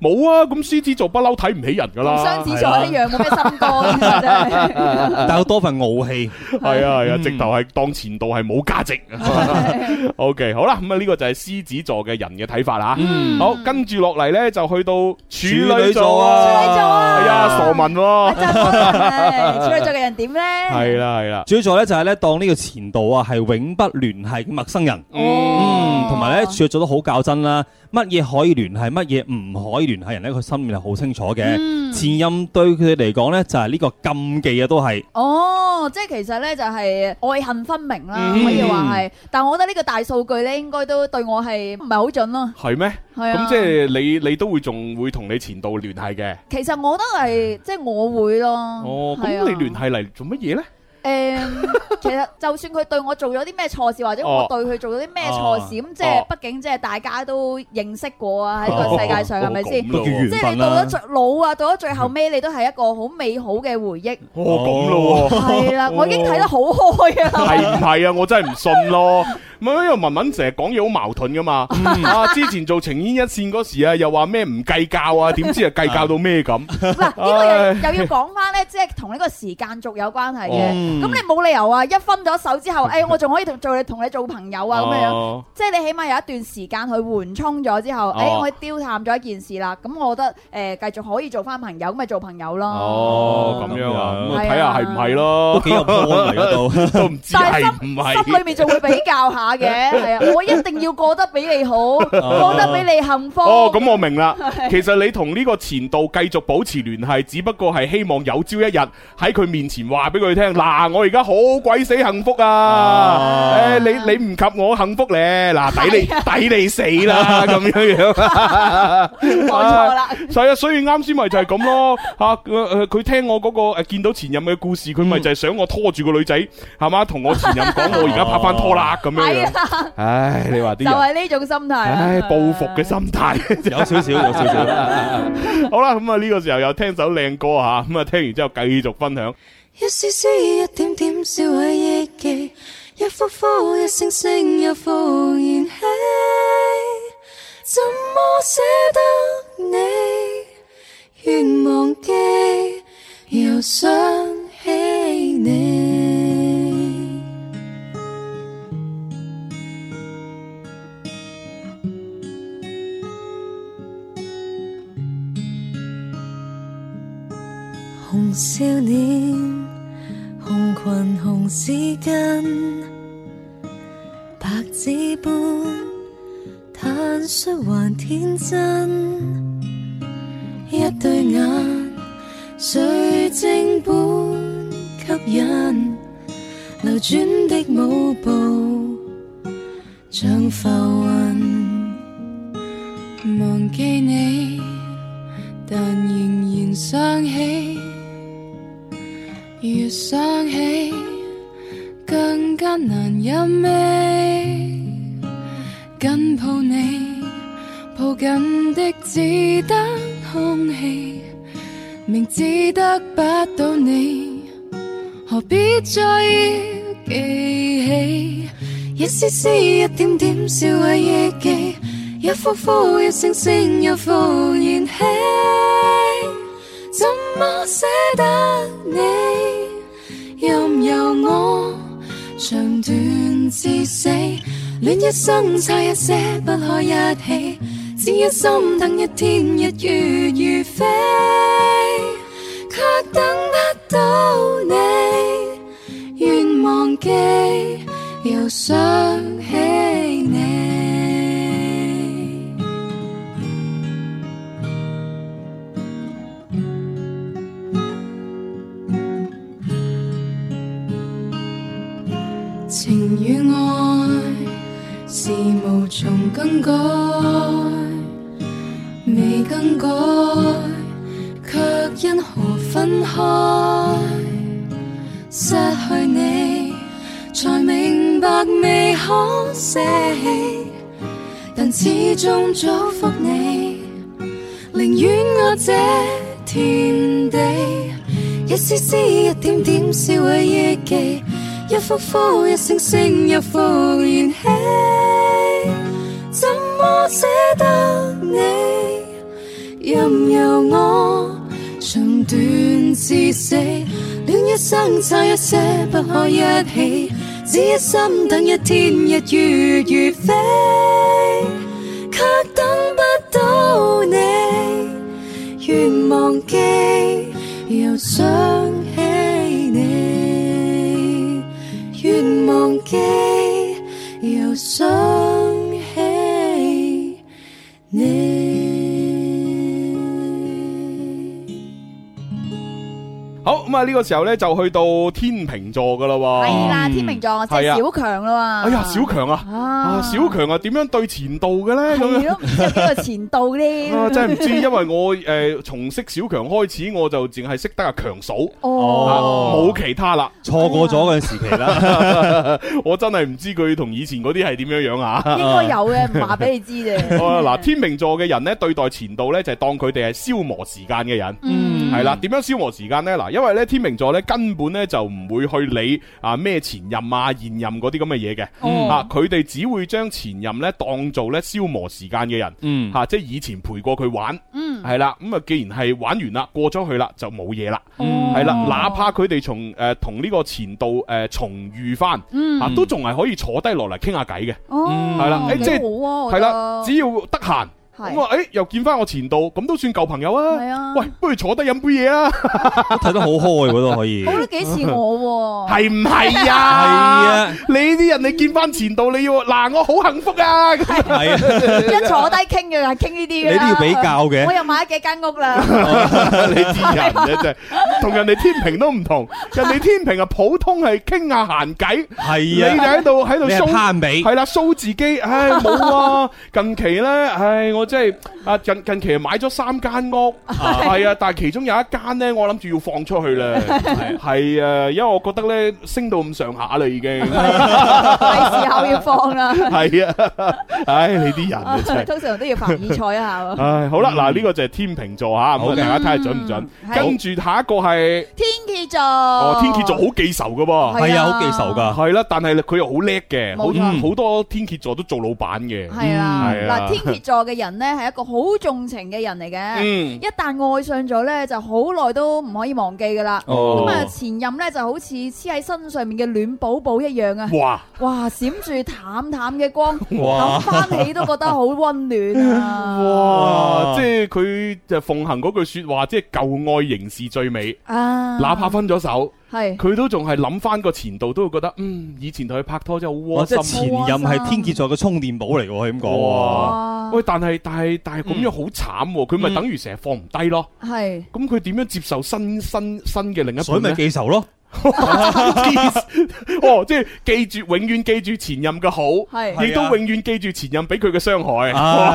S3: 冇啊，咁獅子座不嬲睇唔起人噶
S4: 同
S3: 啦，啊
S4: 雙子座一樣，冇咩
S3: *laughs*
S4: 心肝，其實真係。
S5: 但有多份傲氣。
S3: 係啊係啊，
S5: 嗯
S3: 直頭係當前度係冇價值。OK，好 *laughs*
S4: *laughs*
S3: 啦，咁啊呢個就係獅子座嘅人嘅睇法啦。
S5: 嗯
S3: 好，跟住落嚟咧就去到處女
S5: 處女座
S3: 座
S5: 啊
S4: 處女座啊 *laughs*
S3: 係啊，傻文喎，
S4: 真係處女座嘅人點咧？
S3: 係啦係啦，
S5: 主要座咧就係咧當呢個前度啊係永不聯繫嘅陌生人。
S4: 哦
S5: 嗯，同埋咧，處女座都好較真啦，乜嘢可以聯繫，乜嘢唔可以聯繫人咧，佢心裏係好清楚嘅。前任對佢哋嚟講咧，就係呢個禁忌啊，都係
S4: 哦，即係其實咧就係愛恨分明啦，
S3: 嗯
S4: 可以話係。但我覺得呢個大數據咧，應該都對我係唔係好準咯。
S3: 係咩？
S4: 係啊，
S3: 咁即係你你都會仲會同你前度聯繫嘅。
S4: 其實我覺得係即係我會咯。
S3: 哦，咁
S4: 係啊
S3: 你聯繫嚟做乜嘢咧？
S4: 誒，
S5: *laughs*
S4: 其實就算佢對我做咗啲咩錯事，或者
S3: 哦
S4: 我對佢做咗啲咩錯
S5: 啊
S4: 事，咁即
S5: 哦
S4: 係畢竟即係大家都認識過啊，喺呢個世界
S5: 哦
S4: 上係咪先？
S5: 都叫緣
S4: 即係
S5: 分
S4: 你到
S5: 啦
S4: 咗。最老啊，到咗最後尾，你都係一個好美好嘅回憶。
S3: 哦，咁咯
S4: *laughs*
S3: 喎。
S4: 係啦，我已經睇得好
S5: *laughs*
S4: 開啊。
S3: 系唔系啊？我真系唔信咯。唔係因為文文成日講嘢好矛盾噶嘛。
S4: 嗯
S3: 啊，之前做情牽一線嗰時啊，又話咩唔計較啊，點知啊計較到咩咁？
S4: 嗱，呢個又又要講翻咧，即係同呢個時間軸有關係嘅。
S5: 嗯
S4: 咁你冇理由啊，一分咗手之後，誒，我仲可以同做你同你做朋友啊咁樣。
S3: 哦
S4: 即係你起碼有一段時間去緩衝咗之後，誒、我丟淡咗一件事啦，咁我覺得誒、繼續可以做翻朋友，咁咪做朋友咯。
S3: 哦，咁樣啊，咁啊睇下係唔係
S5: 都
S3: 咯，
S5: 幾有 point 嚟嗰度。
S3: *laughs* 都唔知
S4: 但
S3: 係哦
S4: 係
S3: 唔
S4: 心心裏
S3: 係。
S4: 面仲會比較下
S3: *laughs*
S4: 嘅，係啊，我一定要過得比你好，過得比你幸福。
S3: 哦，咁我明啦。其實你同呢個前度繼續保持聯繫，只不過係希望有朝一日喺佢面前話俾佢聽，嗱，我而家好鬼死幸福啊！誒，你你唔及我幸福咧，嗱，抵你抵你死啦，咁樣樣。
S4: 冇錯啦，
S3: 係啊，所以啱先咪就係咁
S4: *laughs*
S3: 咯，吓誒佢聽我嗰個誒見到前任嘅故事，佢
S4: 嗯
S3: 咪就係想我拖住個女仔，係嘛，同我前任講我而家拍翻拖啦咁樣
S4: 係啊
S3: 樣。唉，你話啲
S4: 就
S3: 人，
S4: 係呢種心態。
S3: 唉，報復嘅心態。
S4: *laughs*
S5: 有少少，有少少。
S3: 好啦，咁啊呢個時候又聽首靚歌吓，咁啊聽完之後繼續分享。
S10: 一絲絲，一點點，燒毀憶記，一幅幅，一聲聲，又復燃起。怎麼捨得你？願忘記，又想起你。紅少年，紅裙紅絲巾，白紙般坦率還天真，一對眼水晶般吸引，流轉的舞步像浮雲，忘記你。但仍然想起，越想起更加難飲味。緊抱你，抱緊的只得空氣，明知得不到你，何必再要記起？一絲絲，一點點，燒毀憶記，一幅幅，一聲聲，又復燃起。怎麼捨得你？任由我長斷至死，戀一生差一些，不可一起，只一心等一天，日月如飛，卻等不到你。願忘記，機，又想起你。情與愛是無從更改，未更改，卻因何分開？失去你，才明白未可捨棄，但始終祝福你，寧願我這天地。一絲絲一點點燒毀憶記，一幅幅一聲聲又復燃起。怎麼捨得你？任由我長斷至死，戀一生差一些不可一起，只一心等一天日月如飛，卻等不到你。願忘記，又想起你；願忘記，又想起你。
S3: 好咁啊！呢個時候呢，就去到天秤座噶啦喎。
S4: 係啦，天秤座即
S3: 係啊
S4: 係小強啦喎。
S3: 哎呀，小強啊，啊
S4: 啊，
S3: 小強啊，點樣對前度嘅呢？咁樣
S4: 係咯，唔知有幾個
S3: *laughs*
S4: 前度咧。
S3: 啊，真係唔知，因為我誒從識小強開始，我就淨係識得阿強嫂，啊
S5: 哦
S3: 冇其他啦。
S5: 錯過咗嗰陣時期
S3: *laughs*
S5: 啦。
S3: 我真係唔知佢同以前嗰啲係點樣樣啊。 *laughs*
S4: 應該有嘅，唔話俾你知啫。
S3: 好啦嗱，天秤座嘅人呢，對待前度呢，就係當佢哋係消磨時間嘅人。
S4: 嗯
S3: 係啦，點樣消磨時間呢？嗱，因為咧天秤座咧根本咧就唔會去理啊咩前任啊現任嗰啲咁嘅嘢嘅，
S4: 哦
S3: 啊佢哋只會將前任咧當做咧消磨時間嘅人，
S5: 嗯
S3: 吓、即係以前陪過佢玩，
S4: 嗯
S3: 係啦，咁啊既然係玩完啦，過咗去啦，就冇嘢啦，
S5: 嗯
S4: 哦
S3: 係啦，哪怕佢哋從诶同呢個前度诶、呃重遇翻，
S4: 嗯
S3: 啊都仲係可以坐低落嚟傾下偈嘅，
S4: 哦，
S3: 係啦誒即係
S4: 幾好啊，我
S3: 係
S4: 覺得
S3: 啦，只要得閒。咁
S4: 係
S3: 啊，诶，又見翻我前度，咁都算舊朋友啊！
S4: 係啊
S3: 喂，不如坐低飲杯嘢啊！
S5: 睇得好開嗰度可以
S4: 我。覺得幾
S3: *laughs*
S4: 似我喎。
S3: 系唔系啊？
S5: 係啊
S3: 你啲人你見翻前度，你要嗱，我好幸福
S5: *laughs*
S3: 啊！咁樣
S5: 係啊，
S4: 一坐低傾嘅係傾呢啲㗎啦
S5: 你都要比較嘅
S4: 我又買咗幾間屋啦。
S3: 你啲人嘅真係同人哋天平都唔同，人哋天平啊普通係傾下閒偈，你
S5: 係
S3: 就
S5: 啊，
S3: 喺度喺度
S5: 你係
S3: 騷。
S5: 攀比
S3: 係。啦，show 自己，唉冇啊！近期咧，唉我真係啊近近期買咗三間屋，係啊，但係其中有一間咧，我諗住要放出去啦，係啊，因為我覺得咧升到咁上下啦已經，
S4: 係時候要放啦。
S5: *laughs*
S3: 係啊，唉你啲人
S4: *laughs*
S3: 啊真係。
S4: 通常都要凡爾賽一下
S5: *laughs*
S4: 喎。
S3: 唉，好啦，嗱呢個就係天秤座吓，咁
S5: 好
S3: 啊
S5: 嘅
S3: 大家睇下準唔準。
S4: 嗯
S3: 跟住下一個係
S4: 天蝎座，
S3: 哦
S4: 哦，
S3: 天蝎座好記仇噶噃，
S5: 係啊，好記仇㗎。
S3: 係啦，但係佢又好叻嘅，
S4: 冇
S3: 好
S4: 錯
S3: 好多天蝎座都做老闆嘅。
S4: 係
S3: 嗯
S4: 啦，
S3: 係啊
S4: 嗱，天蝎座嘅人呢，係一個好重情嘅人嚟嘅，
S3: 嗯，
S4: 一旦愛上咗呢，就好耐都唔可以忘記噶啦。咁啊，
S5: 哦，
S4: 前任呢，就好似黐喺身上面嘅暖寶寶一樣啊！
S3: 哇，
S4: 哇，閃住淡淡嘅光，諗
S5: 哇
S4: 翻起都覺得好温暖啊！
S3: *laughs* 哇，
S5: 哇
S3: 即係佢就奉行嗰句说話，即係舊愛仍是最美。
S5: 嗯
S4: 啊，
S3: 哪怕分咗手，
S4: 係
S3: 佢都仲係諗翻個前度，都會覺得嗯，以前同佢拍拖真係好
S5: 哇！即
S3: 窩
S5: 係
S3: 心。
S5: 前任係天蠍座嘅充電寶嚟喎，咁講。
S3: 哇，喂，但係但係但係咁樣好慘喎，佢咪
S5: 嗯
S3: 等於成日放唔低咯。
S4: 係
S3: 咁佢點樣接受新新新嘅另一
S5: 所以
S3: 半 *laughs* 呢？
S5: 咪記仇咯，
S3: 哦，即係記住，永遠記住前任嘅好，
S4: 係。
S3: 亦都永遠記住前任俾佢嘅傷害。
S5: 啊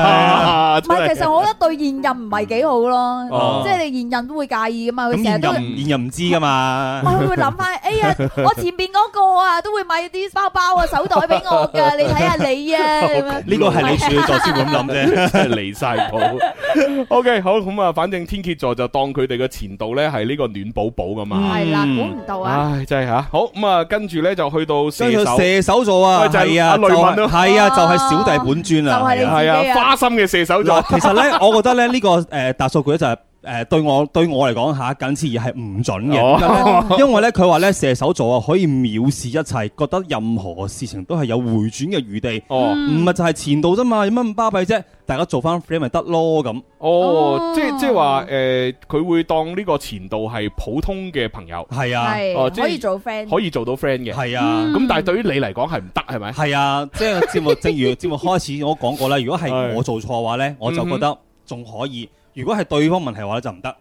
S3: 哇
S4: 唔係，其實我覺得對現任唔係幾好咯，
S5: 哦
S4: 即係你現任都會介意噶嘛，
S5: 咁
S4: 佢成日
S5: 現
S4: 都。
S5: 任現任唔知噶嘛
S4: *laughs* 我，會諗翻，哎
S3: *laughs*
S4: 呀，我前邊嗰個啊，都會買啲包包啊、手袋俾我
S3: *laughs*
S4: 噶，你睇下你啊，咁樣
S5: 呢個係你處女座先會咁諗
S3: 真
S5: 啫。
S3: 係離晒譜。OK，好
S5: *laughs*
S3: 咁啊，反正天蝎座就當佢哋嘅前度呢係呢個暖寶寶噶
S5: 嗯
S3: 嘛。
S4: 係啦，估唔到啊，
S3: 唉，真係吓，好咁啊，跟住呢就去到射
S5: 跟住
S3: 手，
S5: 射手座啊，
S3: 喂就係
S5: 係
S3: 阿
S5: 啊，
S3: 雷
S5: 就
S3: 文
S5: 係
S3: 咯
S5: 係啊，就係小弟本尊
S4: 就
S5: 啊，
S4: 係你
S5: 係啊
S3: 係
S4: 自己
S3: 啊，
S4: 啊
S3: 花心嘅射手座
S5: 呃嗱，其實咧，我覺得咧呢個誒大數據咧就係誒對我對我嚟講嚇，僅此而係唔準
S3: 哦
S5: 嘅，咁呢因為咧佢話咧射手座啊可以藐視一切，覺得任何事情都係有回轉嘅餘地，
S3: 哦
S5: 唔係就係前度啫嘛，有乜咁巴閉啫？大家做翻 friend 咪得咯咁，
S3: 哦，即係
S4: 哦
S3: 即係話誒，佢會當呢個前度係普通嘅朋友，
S5: 係啊，
S3: 哦
S4: 係嗯
S3: 即係
S4: 可以做 friend，
S3: 可以做到 friend 嘅。
S5: 係啊。
S3: 咁但係對於你嚟講係唔得係咪？
S5: 係啊，即係節
S4: *laughs*
S5: 目，正如節目開始我講過啦，如果係
S3: 係嗯
S5: 我做錯嘅話呢，我就覺得仲可以；如果係對方問題嘅話咧，就唔得。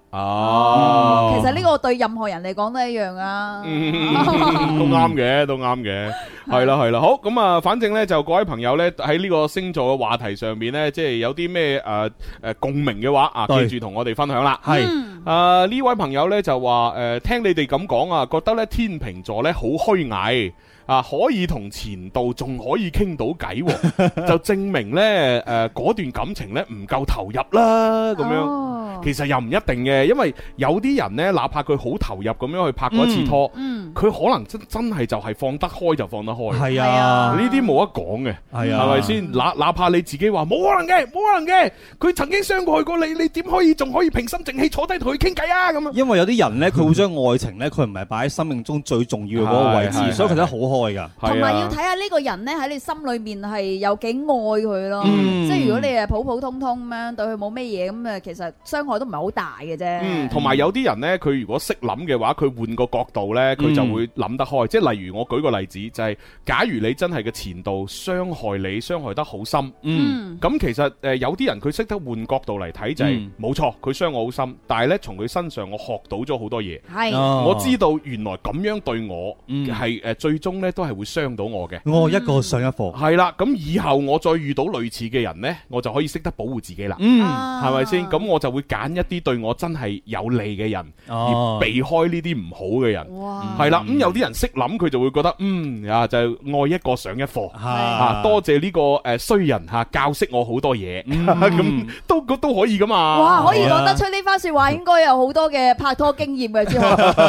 S3: 哦
S4: 其實呢個對任何人嚟講都一樣啊。
S3: 嗯 *laughs* 都啱嘅，都啱嘅，係啦，係啦，好咁啊，反正呢，就各位朋友呢，喺呢個星座嘅話題上面呢，即係有啲咩誒誒共鳴嘅話啊，
S5: 對
S3: 記住同我哋分享啦。
S5: 係
S4: 嗯
S3: 啊呢位朋友呢，就話誒，聽你哋咁講啊，覺得呢天秤座呢好虛偽。啊，可以同前度仲可以傾到偈喎， *laughs* 就證明呢誒嗰、段感情呢唔夠投入啦，咁
S4: 哦
S3: 樣。
S4: 樣
S3: 其實又唔一定嘅，因為有啲人呢，哪怕佢好投入咁樣去拍過一次拖，佢、
S4: 嗯，
S3: 可能真真係就係放得開就放得開。呢
S5: 係
S4: 係啊
S5: 啊，
S3: 啲冇得講嘅，
S5: 係啊，
S3: 係咪？先？哪哪怕你自己話冇可能嘅，冇可能嘅，佢曾經傷過過你，你點可以仲可以平心靜氣坐低同佢傾偈啊？咁啊，
S5: 因為有啲人呢，佢會將愛情呢，佢唔係擺喺生命中最重要嘅嗰個位
S3: 係係
S5: 置，所以佢睇得好開㗎。
S4: 同
S3: 係
S4: 埋
S3: 啊
S4: 要睇下呢個人咧喺你心裏面係有幾愛佢咯。
S5: 嗯
S4: 即係如果你係普普通通咁樣對佢冇咩嘢咁啊，其實傷害都唔係好大嘅啫。
S3: 嗯，同埋有啲人呢，佢如果識諗嘅話，佢換個角度
S5: 嗯
S3: 呢，佢就會諗得開。即係例如我舉個例子，就係、假如你真係嘅前度傷害你，傷害得好深，
S5: 嗯，
S4: 嗯
S3: 咁其實誒有啲人佢識得換角度嚟睇就係
S5: 嗯
S3: 冇錯，佢傷我好深，但係呢，從佢身上我學到咗好多嘢。
S4: 係
S5: 哦
S3: 我知道原來咁樣對我
S5: 嗯
S3: 係誒最終呢都係會傷到我嘅。
S5: 我一個上一課。
S3: 係啦，咁以後我再遇到類似嘅人呢，我就可以識得保護自己啦。
S5: 嗯，
S4: 啊
S3: 係咪先？咁我就會揀一啲對我真係有利嘅人，而
S5: 哦，嗯
S3: 避開呢啲唔好嘅人。
S4: 哇，
S3: 係啦，咁有啲人識諗，佢就會覺得嗯啊，就愛一個上一課。啊，多謝呢個誒衰人吓教識我好多嘢，*laughs*
S5: 嗯
S3: 咁都都可以噶嘛。
S4: 哇，可以
S5: 係啊
S4: 講得出呢番説話，應該有好多嘅拍拖經驗嘅
S3: *laughs*
S4: 之後。
S3: 唔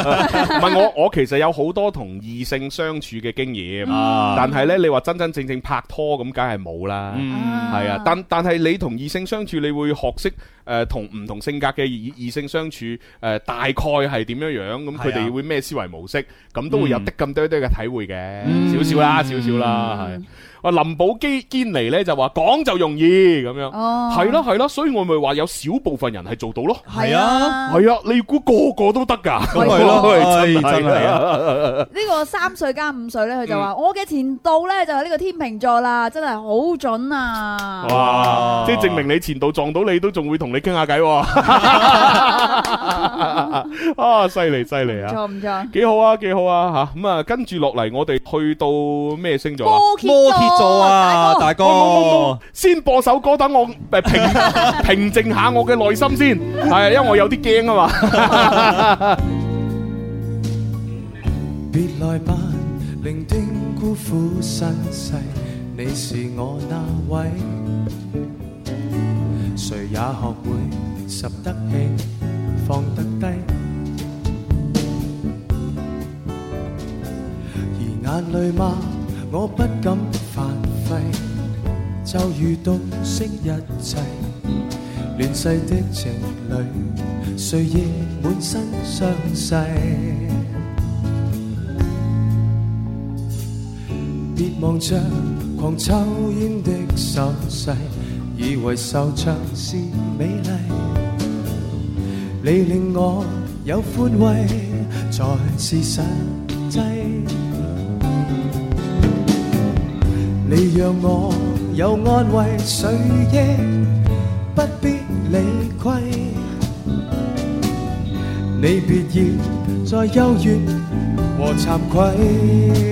S3: 係我 *laughs* 我其實有好多同異性相處嘅經驗，
S5: 嗯
S3: 但係呢，你話真真正正拍拖咁，梗係冇啦。
S5: 嗯
S3: 係啊，但但係你同異性相處，你會學識誒同唔同性格嘅異異性相處，誒、大概係點樣樣咁，
S5: 係啊
S3: 佢哋會咩思維模式，咁都會有的咁多多嘅體會
S5: 嗯
S3: 嘅，少少啦，少少啦，係。啊，林寶基堅尼呢就話講就容易咁樣，
S4: 哦
S3: 係咯係咯，所以我咪話有少部分人係做到咯。
S5: 係啊，
S3: 係啊，你估個個都得㗎？
S5: 咁
S3: *laughs*
S5: 係咯係真係
S3: 啊！
S4: 呢個三歲加五歲咧，佢就話：我嘅前度咧就係呢個天秤座啦，真係好準啊！
S3: *laughs* 哇！即係證明你前度撞到你都仲會同你傾下偈喎， *laughs* 啊！犀利犀利
S4: 唔
S3: 啊！
S4: 錯唔錯，
S3: 幾好啊，幾好啊吓咁啊！跟住落嚟，我哋去到咩星座啊？
S4: 摩羯
S5: 摩羯座啊，
S4: 大
S5: 大
S3: 冇冇冇
S5: 哥
S3: 冇，先播首歌，等我誒平平靜下我嘅內心先，係因為我有啲驚啊嘛。
S11: 別來吧，伶仃辜負身世，你是我那位，誰也學會拾得起，放得低。而眼淚嗎，我不敢發揮，就如洞悉一切，亂世的情侶，誰亦滿身傷勢。別望着狂抽煙的手勢，以為受唱是美麗。你令我有寬慰，才是實際。你讓我有安慰，誰亦不必理虧。你別要再幽怨和慚愧。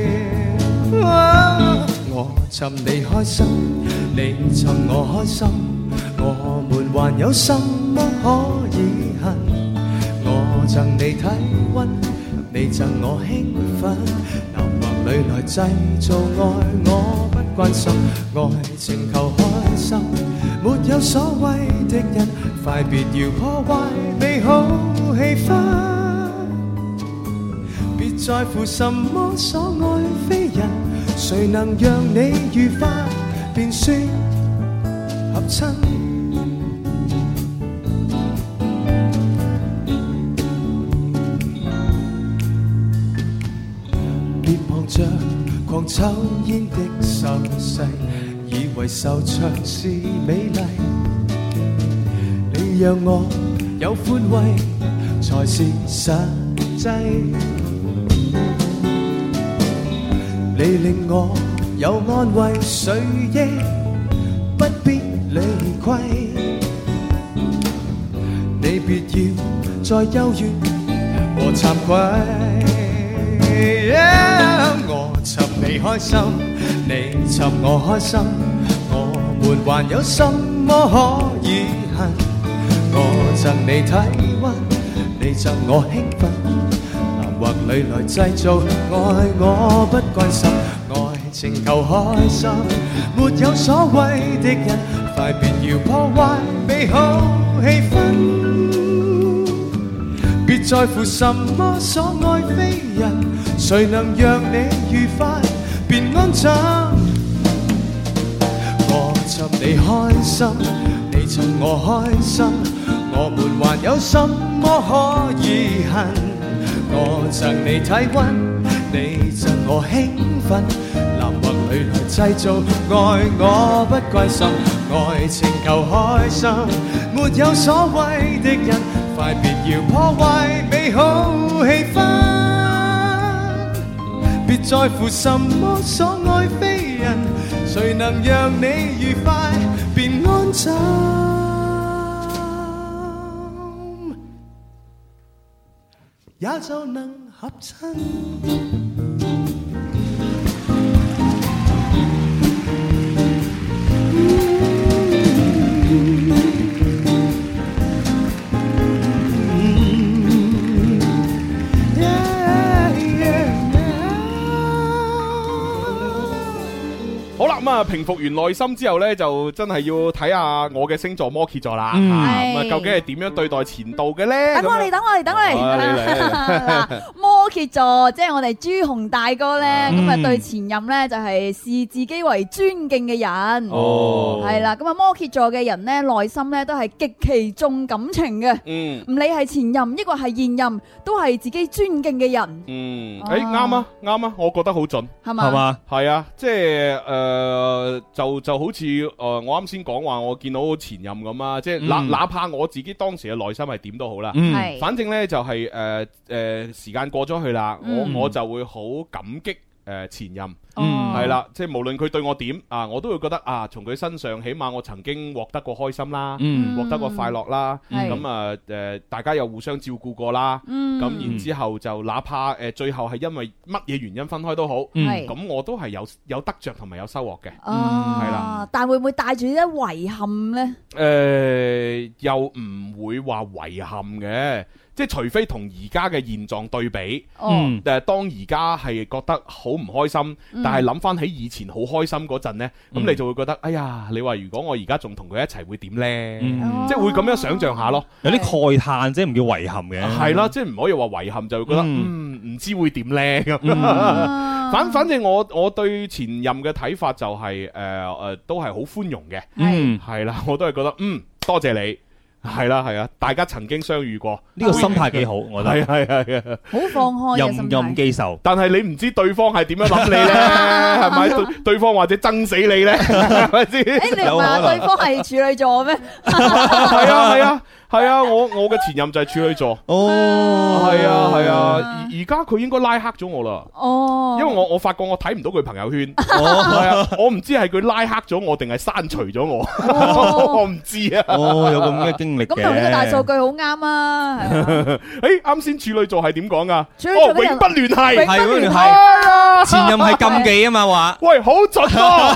S11: 我尋你開心，你尋我開心，我們還有什麼可以恨？我贈你體温，你贈我興奮，男或女來製造愛，我不關心，愛情求開心，沒有所謂的人，快別要破壞美好氣氛。別在乎什麼所愛非人，誰能讓你愉快，便算合襯。着狂抽煙的手勢，以為受着是美麗。你讓我有寬慰，才是實際。你令我有安慰，誰亦不必理虧。你別要再優越和慚愧。Yeah，我尋你開心，你尋我開心，我們還有什麼可以恨？我贈你體温，你贈我興奮，男或女來製造愛，我不關心。愛情求開心，沒有所謂的人，快別要破壞美好氣氛。別在乎什麼所愛非人，誰能讓你愉快便安枕？我尋你開心，你尋我開心，我們還有什麼可以恨？我贈你體温，你贈我興奮，男或女來製造愛，我不關心，愛情求開心，沒有所謂的人，快別要破壞美好氣氛。別在乎什麼所愛非人，誰能讓你愉快便安枕？也就能合襯。Yeah, yeah, yeah.
S3: 好啦，咁啊，平復完內心之後呢，就真係要睇下我嘅星座摩羯座啦。
S5: 嗯
S3: 啊咁啊，
S4: 係
S3: 究竟係點樣對待前度嘅呢？
S4: 等我嚟，等我嚟，等我嚟。
S3: 啊你嚟
S4: *laughs* 嗱，摩羯座即係我哋朱紅大哥咧，
S3: À.
S4: 咁啊
S3: Ừ.
S5: 嗯
S4: 對前任咧就係視自己為尊敬嘅人。
S3: 哦
S4: 係啦，咁啊摩羯座嘅人咧，內心咧都係極其重感情嘅，
S3: 嗯
S4: 唔理係前任抑或係現任，都係自己尊敬嘅人，
S3: 嗯，
S4: 哦
S3: 誒啱啊啱啊，我覺得好準。
S4: 係
S5: 係
S4: 嘛？
S5: 嘛？
S3: 係啊，即係诶、呃就就好似诶、呃我啱先講話，我見到前任咁啊，即係哪、
S5: 嗯
S3: 哪怕我自己當時嘅內心係點都好啦，
S5: 嗯，
S4: 係
S3: 反正呢，就係呃诶诶时间过咗去啦，
S4: 嗯
S3: 我我就會好感激。诶前任
S4: 哦
S5: 嗯
S3: 係，啦，即係無論佢對我點啊，我都會覺得啊，從佢身上起碼我曾經獲得過開心啦，
S5: 嗯，
S3: 獲得過快樂啦，
S4: 係
S3: 咁啊誒，大家又互相照顧過啦，
S4: 嗯
S3: 咁然之後就哪怕誒最後係因為乜嘢原因分開都好，
S4: 係
S3: 咁我都係有有得着同埋有收穫嘅。
S4: 啊，
S3: 係啦
S4: 但會唔會帶住啲遺憾
S3: 誒、
S4: 咧？
S3: 又唔會話遺憾嘅，即係除非同而家嘅現狀對比，
S4: 哦，
S3: 誒、當而家係覺得好唔開心，
S4: 嗯
S3: 但係諗翻起以前好開心嗰陣呢，咁、
S5: 嗯
S3: 你就會覺得，哎呀，你話如果我而家仲同佢一齊會點呢？
S5: 嗯
S4: 哦
S3: 即係會咁樣想像下咯。
S5: 有啲慨嘆啫，唔叫遺憾嘅。
S3: 係啦，即係唔可以話遺憾，就會覺得
S5: 嗯
S3: 嗯唔知會點呢。咁。
S4: 啊
S3: *laughs* 反反正我我對前任嘅睇法就係誒誒都係好寬容嘅，
S5: 嗯，
S3: 係啦，我都係覺得嗯多謝你。係啦，係啊，大家曾經相遇過，
S5: 呢個心態
S3: *laughs*
S5: 幾好，我覺
S3: 係
S5: 得。
S3: 係係係，
S4: 好放開嘅
S5: 任
S4: 哦心
S5: 任
S4: 態。
S5: 記仇，
S3: 但係你唔知對方係點樣諗你呢？
S4: *laughs*
S3: 係咪？對對方或者憎死你呢？係咪先？
S4: 誒，你唔係話對方係處女座咩？
S3: 係啊係啊係啊！我我嘅前任就係處女座，
S5: 哦
S3: 係啊係啊，而而家佢應該拉黑咗我啦。
S4: 哦，
S3: 因為我我發覺我睇唔到佢朋友
S4: *laughs*
S3: 圈，
S5: 哦
S3: 係啊，我唔知係佢拉黑咗我定係刪除咗我， *laughs* 我唔知啊。
S5: 哦，有咁嘅經歷嘅。
S4: 咁同呢個大數據好啱啊！係啊
S3: 誒，啱先處女座係點講噶？
S4: 處女座
S3: 哦，
S4: 啲人
S3: 永不聯繫。
S5: 係
S4: 永不聯繫
S5: 係前任係禁忌啊
S3: *laughs*
S5: 嘛話。
S3: 喂，好準
S4: *laughs*
S3: 啊，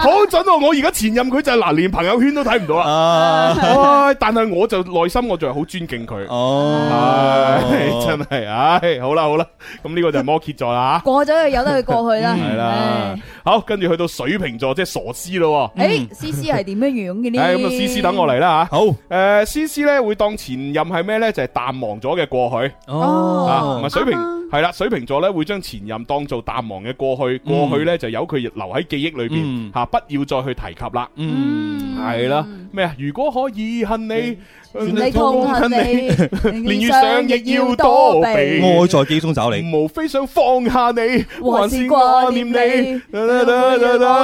S3: 好準啊！我而家前任佢就係嗱，連朋友圈都睇唔到啦。
S5: 啊，
S4: 哦
S3: 唉，但係我就內心我就係好尊敬佢。
S5: 哦
S3: 唉，，真係，唉，好啦好啦，咁呢個就係摩羯座啦啊
S4: 過咗就由得佢過去啦。
S3: 吓，係啦
S4: 唉。
S3: 好，跟住去到水瓶座，即係傻師咯喎。
S4: 誒，C C 係點樣樣嘅呢？
S3: 唉，咁啊，思思等我嚟啦吓。
S5: 好，
S3: 诶，思思咧會當前任係咩呢？就係淡忘咗嘅過去啊，
S4: 哦
S5: 嗯
S3: 同埋水瓶係啦，水瓶座咧會將前任當做淡忘嘅過去，
S4: 嗯
S3: 過去呢就由佢留喺記憶裏边
S5: 嗯
S4: Ừ.
S3: 吓，不要再去提及啦。
S5: 嗯，
S3: 係啦，咩啊？如果可以恨你，
S4: 嗯你痛恨你，
S3: 連遇上亦要多避
S5: 愛在記憶中找你。
S3: 無非想放下你，還
S4: 還
S3: 是
S4: 是
S3: 掛
S4: 掛
S3: 念
S4: 念
S3: 你
S4: 你，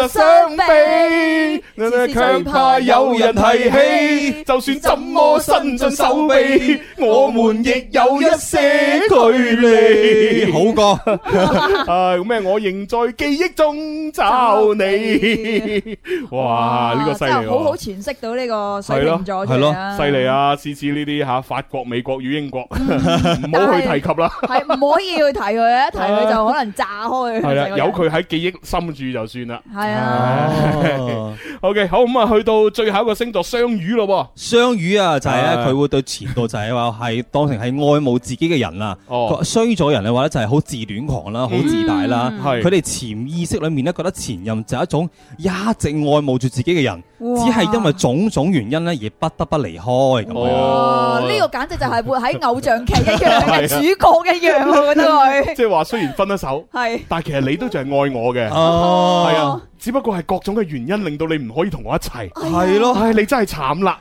S3: 相比，卻怕有人提起。就算怎麼伸盡手臂，我們亦有一些距離。
S5: 好過。
S3: *laughs* 啊，咩？我仍在記憶中找你。 *laughs* 哇！呢個犀利
S4: 真係好好
S3: 喎，
S4: 詮釋到呢個水瓶座出嚟啊！
S3: 犀利！啊！試試呢啲吓，法國、美國與英國，唔好去提及啦。
S4: 係唔可以去提佢，一提佢就可能炸開。
S3: 系啦，
S4: 成個人
S3: 由。佢喺記憶深處就算啦。
S4: 係啊，
S5: 哦
S3: OK，好咁啊，去到最後一個星座雙魚咯
S5: 雙魚啊，就係咧
S3: 啊
S5: 佢會對前度就係話係當成係愛慕自己嘅人啦。
S3: 哦
S5: 佢衰咗人嘅話咧，就係好自戀狂啦，好自大啦。
S3: 喎，
S5: 佢
S3: 係
S5: 哋潛意識裏面咧，覺得前任就係一種一直愛慕住自己嘅人，
S4: 只
S5: 只係因為種種原因咧而不得不離開咁樣。
S4: 哇！
S3: 哦
S4: 呢個簡直就係活喺偶像劇一樣嘅主角一樣，我覺得 *laughs* 佢
S3: 即係話雖然分咗手， *laughs*
S4: 係
S3: 但係其實你都仲係愛我嘅，
S5: 哦
S3: 係啊，只不過係各種嘅原因令到你唔可以同我一齊。
S5: 係咯，
S3: 唉，你真係慘 *laughs* 啦！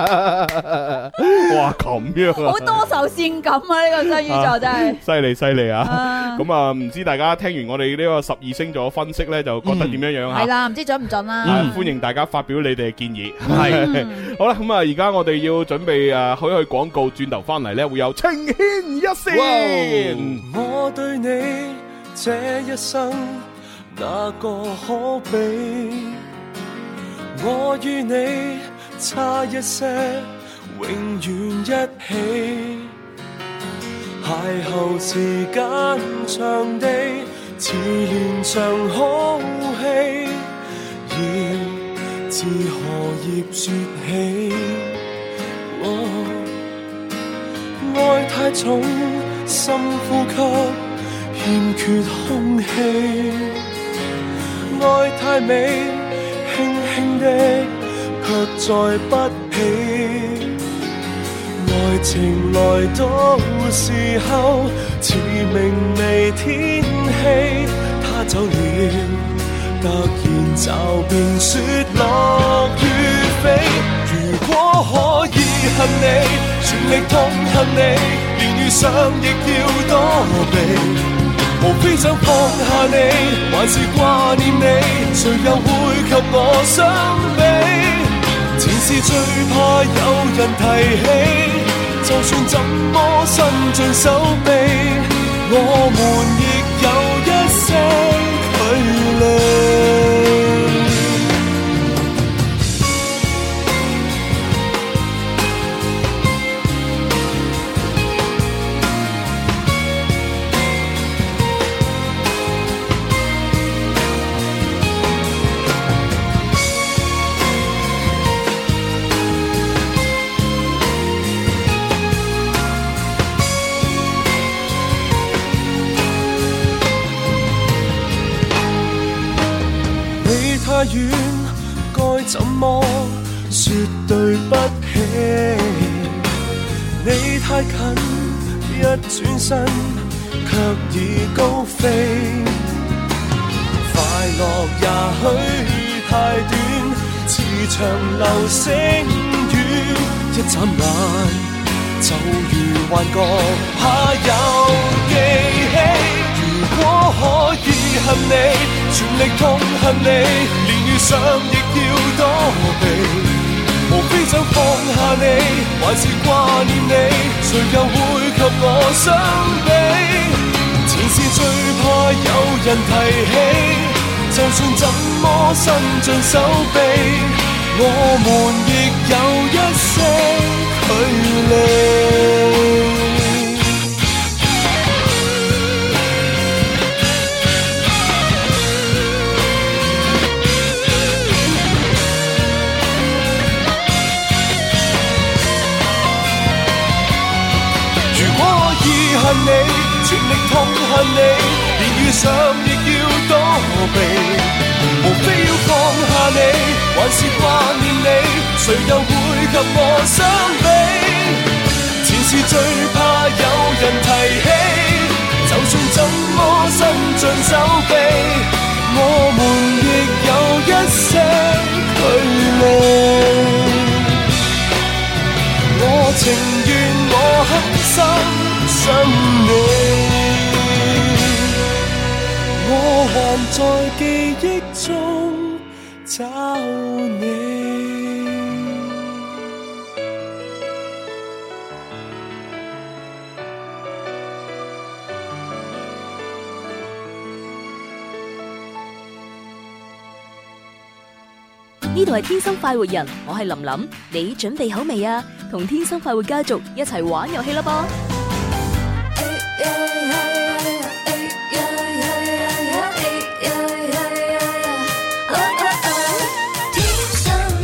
S3: 哇，咁樣
S4: 好
S3: 啊，
S4: 多愁善感啊！呢個雙魚座真
S3: *laughs*
S4: 係
S3: 犀利犀利啊！
S4: 啊，
S3: 咁啊，唔知大家聽完我哋呢個十二星座分析呢，就覺得點樣啊樣吓？
S4: 係啦，唔知準唔準啦
S3: 啊？歡迎大家發表你哋嘅建議。
S5: 係
S3: *laughs*
S4: 嗯
S3: 好啦，咁啊，而家我哋要準備啊，去去廣告，轉頭翻嚟咧，會有情牽一線。
S2: 我對你這一生哪個可比？我與你差一些，永遠一起。邂逅時間場地，似連場好戲，要自荷葉説起。哦愛太重，深呼吸，欠缺空氣。愛太美，輕輕的，卻再不起。愛情來到時候，似明媚天氣，他走了，突然驟變雪落雨飛。如果可以恨你，全力痛恨你，連遇上亦要躲避。無非想放下你，還是掛念你，誰又會及我相比？前事最怕有人提起，就算怎麼伸盡手臂，我們亦有一些距離。你太遠，該怎麼說對不起？你太近，一轉身卻已高飛。快樂也許太短，似長流星雨，一眨眼。就如幻覺，怕有記起。如果可以恨你，全力痛恨你，連遇上亦要躲避。無非想放下你，還是掛念你，誰又會及我相比？前事最怕有人提起，就算怎麼伸盡手臂，我們亦有一些距離。如果可以恨你，全力痛恨你，連遇上亦要躲避。無非要放下你，還是掛念你，誰又會及我相比？前事最怕有人提起，就算怎麼伸盡手臂，我們亦有一些距離。深深你，我還在記憶中找你。
S1: 呢度系天生快活人，我系林林，你准备好未啊？同天生快活家族一齐玩游戏啦噃！
S7: 天生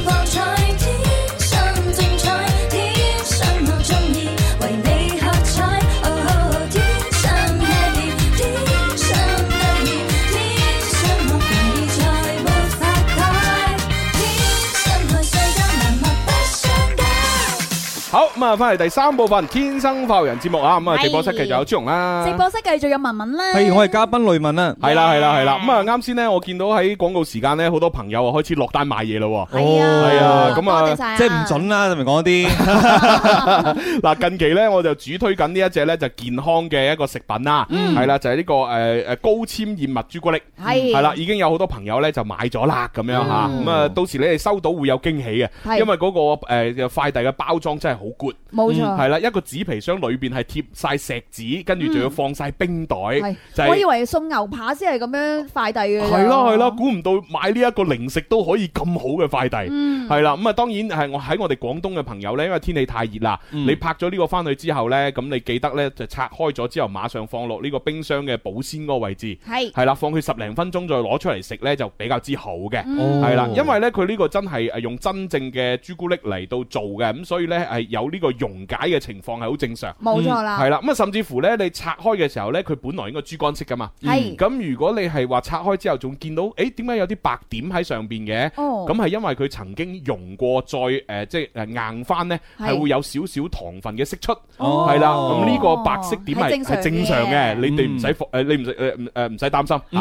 S7: 博彩，天生精彩，天生我中意，為你喝彩。哦，天生 happy，天生得意，天生我願意再沒法改。天生愛世間萬物不相交。
S3: 好咁啊，翻嚟第三部分《天生快活人》節目啊，咁啊，
S4: 係
S3: 直播室繼續有朱容啦。
S4: 直播室繼續有文文啦。
S5: 譬如我係嘉賓雷文啊，
S3: 係啦，係啦，係啦。咁啊，啱先咧，我見到喺廣告時間咧，好多朋友啊開始落單買嘢咯
S4: *laughs*
S3: 喎。
S4: 係啊，
S3: 係啊咁啊
S4: 多謝晒
S5: 即係唔準啦，咪講啲
S3: 嗱，近期咧我就主推緊呢一隻咧就健康嘅一個食品啦，
S4: 嗯
S3: 係啦，就係呢個誒誒高纖燕麥朱古力，
S4: 係
S3: 係啦，已經有好多朋友咧就買咗啦，咁樣吓。
S4: 嗯
S3: 咁啊，到時你哋收到會有驚喜嘅，
S4: 係
S3: 因為嗰個誒快遞嘅包裝真係好 good。
S4: 冇錯。
S3: 系啦，一個紙皮箱裏邊係貼晒石子，跟住仲要放晒冰袋，
S4: 嗯係
S3: 就
S4: 我以
S3: 係
S4: 為啊送牛扒先係咁樣快遞嘅。
S3: 係啦係啦，。估唔到買呢一個零食都可以咁好嘅快遞，
S4: 嗯
S3: 係啦咁啊，當然係我喺我哋廣東嘅朋友呢，因為天氣太熱啦，你拍咗呢個翻去之後呢，咁你記得呢，就拆開咗之後，馬上放落呢個冰箱嘅保鮮嗰個位置，
S4: 係
S3: 係啦，放佢十零分鐘再攞出嚟食呢，就比較之好嘅。
S5: 哦
S3: 係啦，因為咧佢呢個真係誒用真正嘅朱古力嚟到做嘅，咁所以呢，係有呢個溶解嘅情況係好正常。
S4: 冇錯啦。
S3: 係啦，咁啊，甚至乎咧，你拆開嘅時候咧，佢本來應該珠光色噶嘛。
S4: 係
S3: 咁如果你係話拆開之後仲見到，誒點解有啲白點喺上邊嘅？
S4: 哦
S3: 咁係因為佢曾經溶過，再誒、呃即係誒硬翻呢，
S4: 係
S3: 係會有少少糖分嘅釋出，
S5: 哦
S3: 係啦。咁呢個白色點
S4: 係
S3: 係
S4: 正常
S3: 係正常嘅，
S4: 嘅嗯
S3: 你哋唔使放誒，你唔使誒誒唔使擔心。
S4: 係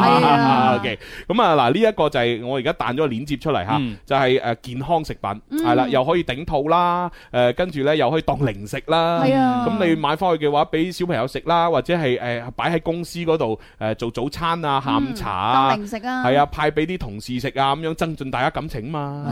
S3: *laughs*
S4: 啊
S3: OK，咁啊嗱，呢一個就係我而家彈咗個鏈接出嚟嚇
S5: 嗯，
S3: 就係誒健康食
S4: 嗯
S3: 品係啦，又可以頂肚啦，誒跟住呢又可以當零食啦。
S4: 係啊。
S3: 咁你買翻去嘅話，俾小朋友食啦，或者係誒擺喺公司嗰度誒做早餐啊、下午茶
S4: 嗯當
S3: 啊，
S4: 零食啊。
S3: 係啊，派俾啲同事食啊，咁樣增進大家感情
S4: *laughs*
S3: 嘛，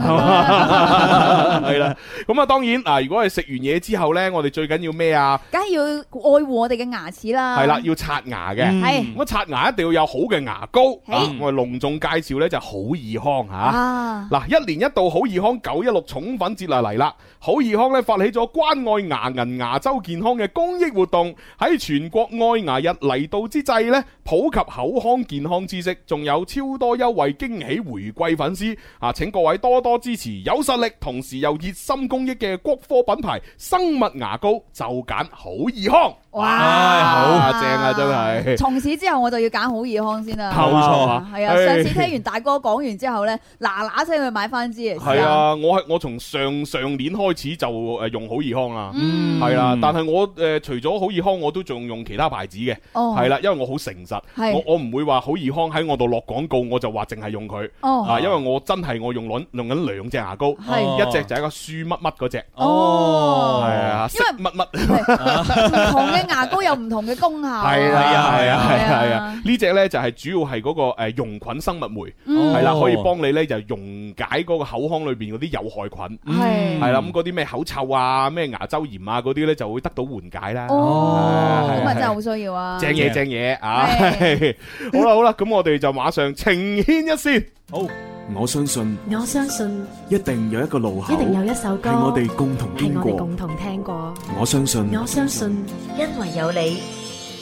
S3: 係啦。咁啊，當然嗱，如果係食完嘢之後呢，我哋最緊要咩啊？
S4: 梗係要愛護我哋嘅牙齒啦。
S3: 係啦，要刷牙嘅。
S4: 係
S3: 咁啊，刷牙一定要有好嘅牙膏。
S4: 係
S3: 啊我哋隆重介紹呢，就好易康嚇。
S4: 啊。
S3: 嗱，一年一度好易康九一六寵粉節嚟嚟啦！好易康咧發起咗關愛牙龈牙周健康嘅公益活動，喺全國愛牙日嚟到之際咧，普及口腔健康知識，仲有超多優惠驚喜回饋粉絲啊！請各位多多支持有實力同時又熱心公益嘅國科品牌生物牙膏，就揀好易康。
S4: 哇！
S3: 唉好啊，正啊，真係。
S4: 從此之後我就要揀好易康先啦。
S3: 冇錯啊
S4: 係啊，
S3: 唉
S4: 上次聽完大哥講完之後咧，嗱嗱聲去買翻支嚟試
S3: 係
S4: 下。
S3: 啊，我係我從上上年開始就誒用好易康
S4: 嗯
S3: 啦，係啦、但係我誒、呃除咗好易康，我都仲用其他牌子嘅，
S4: 哦，
S3: 係啦、因為我好誠實，
S4: 係
S3: 我我唔會話好易康喺我度落廣告，我就話淨係用佢，
S4: 哦，
S3: 啊，因為我真係我用兩用緊兩隻牙膏，
S4: 係
S3: 一隻就係一個舒乜乜嗰隻，係
S4: 哦，
S3: 啊，色
S4: 因為
S3: 乜乜。
S4: *laughs* 唔同嘅牙膏有唔同嘅功效。
S3: 係啊，係啊，係啊，係
S4: 係
S3: 啊
S4: 啊！
S3: 呢只咧就係主要係嗰個誒溶菌生物酶，
S4: 嗯
S3: 係啦，可以幫你咧就溶解嗰個口腔裏邊嗰啲有害菌。
S5: 嗯
S4: 係
S3: 係啦，咁嗰啲咩口臭啊、咩牙周炎啊嗰啲咧，就會得到緩解啦。
S4: 哦，咁啊
S3: 係
S4: 真係好需要啊！
S3: 正嘢正嘢啊！
S4: 係
S3: *laughs* 好啦好啦，咁我哋就馬上情牽一線。
S11: 我相信
S12: 我相信
S11: 一定有一個路口
S12: 一定有一首歌
S11: 係我哋共同
S12: 係
S11: 經
S12: 我哋
S11: 過
S12: 共，同聽過，
S11: 我相信
S12: 我相信
S7: 因為有你。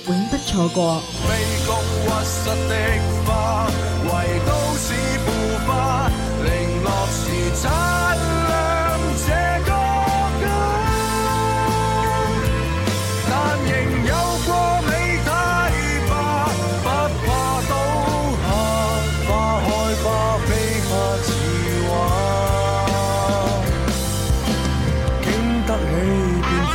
S12: 永不錯過。
S2: 卑躬屈膝的花，為都市腐化，零落時擦亮這個家。但仍有過美太吧，不怕倒下，花開花飛花似畫，經得起變化。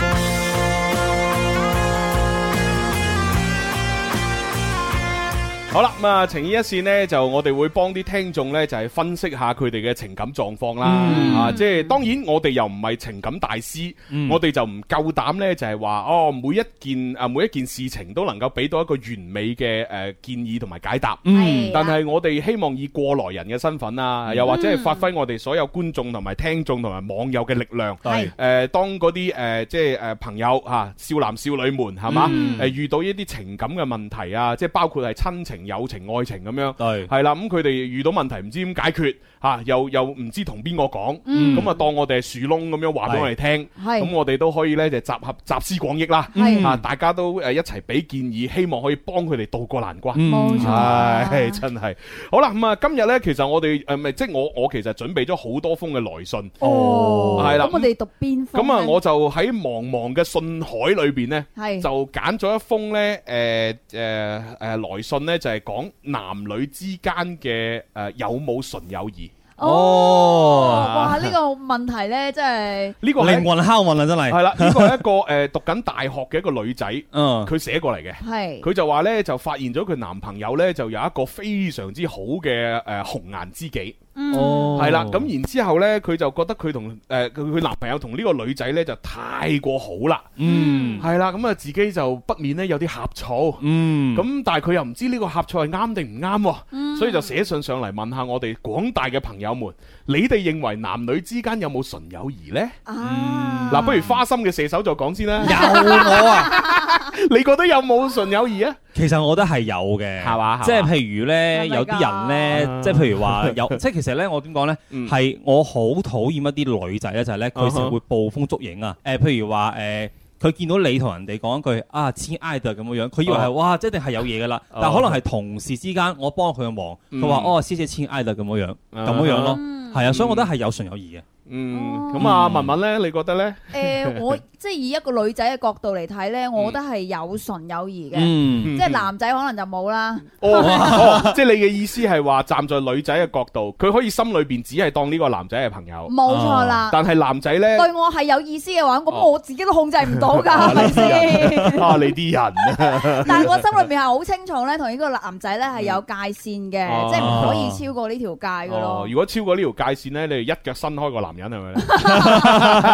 S3: 好啦，咁啊，情意一線呢，就我哋會幫啲聽眾呢，就係分析下佢哋嘅情感狀況啦。
S5: 嗯
S3: 啊，即係當然我哋又唔係情感大師，
S5: 嗯
S3: 我哋就唔夠膽呢，就係話哦，每一件啊每一件事情都能夠俾到一個完美嘅誒建議同埋解答。
S5: 嗯
S3: 但係我哋希望以過來人嘅身份啊，又或者係發揮我哋所有觀眾同埋聽眾同埋網友嘅力量。
S5: 係
S3: 誒，當嗰啲誒即係誒朋友嚇少男少女們係嘛
S5: 嗯
S3: 誒遇到一啲情感嘅問題啊，即係包括係親情、友情、愛情咁樣。
S5: 對，
S3: 係啦，咁佢哋遇到問題唔知點解決嚇、又又唔知同邊個講，咁啊、
S5: 嗯
S3: 當我哋係樹窿咁樣話俾我哋聽，
S4: 係
S3: 咁我哋都可以呢，就集合集思廣益啦，
S5: 嗯
S4: 係
S3: 嚇、大家都誒一齊俾建議，希望可以幫佢哋渡過難關。
S4: 冇錯
S3: *laughs* 唉，真係好啦，咁啊，今日呢，其實我哋誒咪即係我我其實準備咗好多封嘅來信，
S4: 哦，
S3: 係啦
S4: 咁我哋讀邊科
S3: 咁啊，
S4: 呢
S3: 我就喺茫茫嘅信海裏邊呢，
S4: 係
S3: 就揀咗一封呢誒誒誒來信呢，就係講男女之間嘅誒有冇純友誼。
S5: 哦，
S4: 哇！呢個問題咧，真係
S3: 呢個係
S5: 靈魂拷問啦，真
S3: 係
S5: 係，
S3: 啦，呢個係一個誒讀緊大學嘅一個女仔，
S5: 嗯，
S3: 佢寫過嚟嘅。
S4: 係
S3: 佢就話呢，就發現咗佢男朋友呢，就有一個非常之好嘅誒紅顏知己，
S5: 哦，
S3: 係啦。咁然之後呢，佢就覺得佢同誒佢佢男朋友同呢個女仔呢，就太過好啦，
S5: 嗯
S3: 係啦。咁啊自己就不免呢，有啲呷醋。
S5: 嗯，
S3: 咁但係佢又唔知呢個呷醋係啱定唔啱
S4: 嗯
S3: 喎，所以就寫信上嚟問下我哋廣大嘅朋友們，你哋認為男女之間有冇純友誼呢？嗯
S4: 啊，
S3: 嗱，不如花心嘅射手就講先啦。
S5: *laughs* 有我啊。
S3: *laughs* 你覺得有冇純友誼啊？
S5: 其實我覺得係有嘅，
S3: 係嘛啊
S5: 即係譬如咧，
S4: 係咪㗎
S5: 有啲人咧，即係譬如話
S3: *laughs*
S5: 有，即係其實咧，我點講咧，
S3: 嗯
S5: 係我好討厭一啲女仔咧，就係咧，佢成
S3: 嗯哼
S5: 日會捕風捉影啊。誒，譬如話誒，佢見到你同人哋講一句啊，黐 i d 咁樣樣，佢以為係
S3: 哦
S5: 哇，即係一定係有嘢噶啦，
S3: 哦
S5: 但可能係同事之間，我幫佢嘅忙，佢話
S3: 嗯
S5: 哦，師姐黐 i d 咁樣樣，咁樣樣咯，
S4: 嗯
S5: 係啊，所以我覺得係有純友誼嘅。
S4: 哦
S3: 嗯，咁啊，
S5: 嗯
S3: 文文咧，你覺得咧？
S4: 誒，
S3: *laughs*
S4: 呃我即係以一個女仔嘅角度嚟睇
S3: 嗯
S4: 咧，我覺得係有純友誼嘅，
S5: 嗯
S4: 即係男仔可能就冇啦。
S3: 哦，
S4: *laughs*
S3: 哦即係你嘅意思係話，站在女仔嘅角度，佢可以心裏邊只係當呢個男仔係朋友，
S4: 冇錯啦。
S3: 哦但係男仔咧，
S4: 嗯 *laughs* 對我係有意思嘅話，咁
S3: 哦
S4: 我自己都控制
S3: *laughs*
S4: 唔到㗎，
S3: 啊
S4: 係咪先？
S3: 啊，你啲人，
S4: 但係我心裏面係好清楚咧，同呢個男仔咧係有界線嘅，
S3: 嗯哦
S4: 即係唔可以超過呢條界嘅
S3: 哦
S4: 咯，。
S3: 如果超過呢條界線咧，你哋一腳伸開個男人係
S4: *laughs*
S3: 咪咧？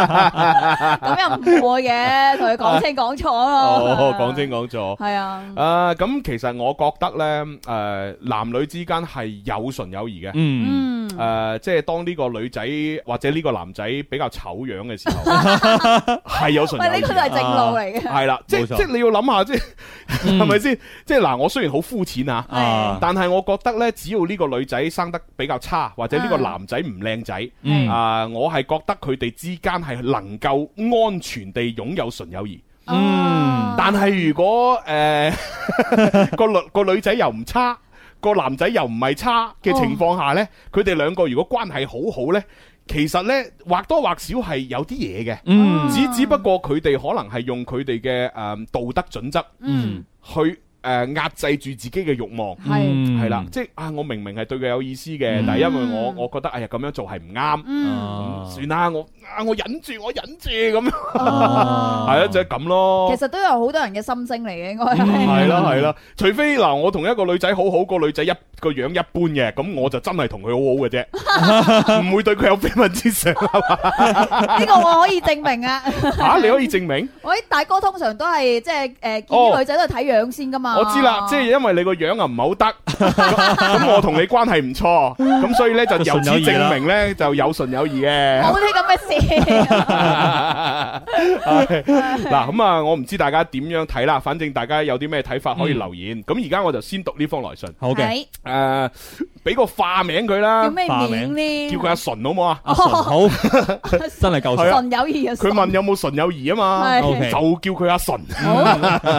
S4: 咁又唔會嘅，同佢講清講楚咯
S3: *laughs* 哦，。講清講楚。
S4: 係啊，
S3: 啊，咁其實我覺得咧，誒，男女之間係有純友誼嘅。
S5: 嗯，
S4: 嗯
S3: 誒、，即係當呢個女仔或者呢個男仔比較醜樣嘅時候，
S4: *laughs*
S3: 係有啊純友
S4: 喂，呢個就係
S3: 誼。
S4: 正路嚟嘅。
S3: *laughs* 係啦，即係
S5: 冇錯嗯
S3: 即係你要諗下，即係 *laughs* 係咪先？即係嗱，我雖然好膚淺啊，
S5: 啊，
S3: 但係我覺得呢，只要呢個女仔生得比較差，或者呢個男仔唔靚仔，
S5: 嗯
S3: 啊、我係覺得佢哋之間係能夠安全地擁有純友誼。
S4: 嗯
S3: 但係如果誒 *laughs* 個女個女仔又唔差，個男仔又唔係差嘅情況下呢，佢哋兩個如果關係好好呢，其實呢或多或少係有啲嘢嘅，
S5: 嗯
S3: 只只不過佢哋可能係用佢哋嘅誒道德準則
S5: 嗯，
S3: 去誒壓制住自己嘅慾望。
S4: 係
S5: 嗯
S3: 係啦，，即係啊！我明明係對佢有意思嘅，但係因為我我覺得哎呀咁樣做係唔啱，
S4: 嗯，
S5: 啊
S3: 算啦，我啊我忍住，我忍住咁樣，
S4: 哦
S3: 係啊，就係咁咯。
S4: 其實都有好多人嘅心聲嚟嘅，應該
S5: 嗯
S4: 係。
S3: 系啦系啦，除非嗱我同一個女仔好好，個女仔一個樣一般嘅，咁我就真係同佢
S4: *laughs*
S3: 好好嘅啫，唔會對佢有非分之想
S4: 呢個我可以證明啊！ *laughs*
S3: 吓，你可以證明。
S4: 我啲大哥通常都係即係誒見啲女仔都係睇樣先㗎嘛。
S3: 我知啦，即係因為你個樣啊唔係好得，咁我同你關係唔錯，咁所以呢，就由此證
S4: *laughs*
S3: 明呢，就有純友誼嘅
S4: 冇。啲咁嘅
S3: *laughs*
S4: 事。
S3: 係嗱咁啊，我唔知大家點樣睇啦，反正大家有啲咩睇法可以留言。咁而家我就先讀呢封來信，
S5: 好嘅，
S4: 係
S3: 诶，俾個化名佢啦
S4: 叫，咩
S5: 化
S4: 名呢？
S3: 叫佢阿純好唔好啊？
S5: 阿
S4: *laughs*
S5: 純好，真係夠
S3: 係啊
S5: 純，
S4: 純友誼啊！
S3: 佢問有冇純友誼啊嘛，
S4: 係
S5: OK
S3: 就叫佢阿純。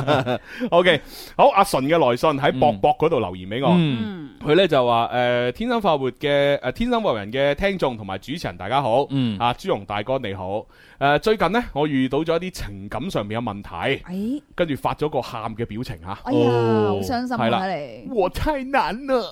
S3: OK，好， *laughs* 阿純嘅來信喺博博嗰度留言俾我。
S5: 嗯
S4: 嗯
S3: 佢呢就話：誒天生快活嘅誒天生快活人嘅聽眾同埋主持人大家好，
S5: 嗯。
S3: 啊朱容大哥你好。誒最近呢，我遇到咗一啲情感上面嘅問題，
S4: 哎
S3: 跟住發咗個喊嘅表情嚇。
S4: 哎呀，好
S5: 哦
S4: 傷心
S3: 係啦
S4: 啊！你
S3: 我太難啦！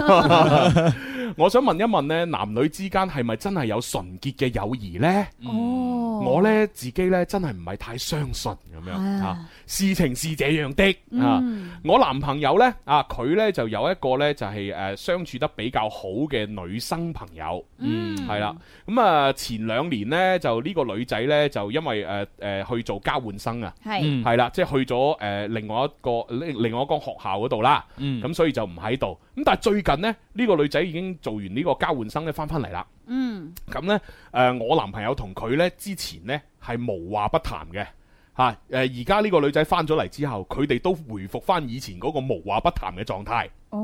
S4: *laughs*
S3: *laughs* 我想問一問呢，男女之間係咪真係有純潔嘅友誼呢？
S5: 嗯
S3: 我呢自己呢真係唔係太相信咁樣
S4: 哦啊
S3: 啊。事情是這樣的啊，
S4: 嗯
S3: 我男朋友呢，啊，佢呢就有一個呢，就係、呃相處得比較好嘅女生朋友，
S5: 嗯
S3: 係啦。咁啊前兩年呢，就呢個女仔呢，就因為誒誒、呃呃去做交換生啊。
S5: 嗯
S4: 係
S3: 係啦，即係去咗誒、呃另外一個另另外一間學校嗰度啦，咁、
S5: 嗯
S3: 所以就唔喺度。咁但係最近呢，呢、個女仔已經做完呢個交換生咧，翻返嚟啦。
S4: 嗯
S3: 咁呢，誒、呃我男朋友同佢呢之前呢係無話不談嘅。嚇！呃誒而家呢個女仔翻咗嚟之後，佢哋都回復翻以前嗰個無話不談嘅狀態，
S4: 哦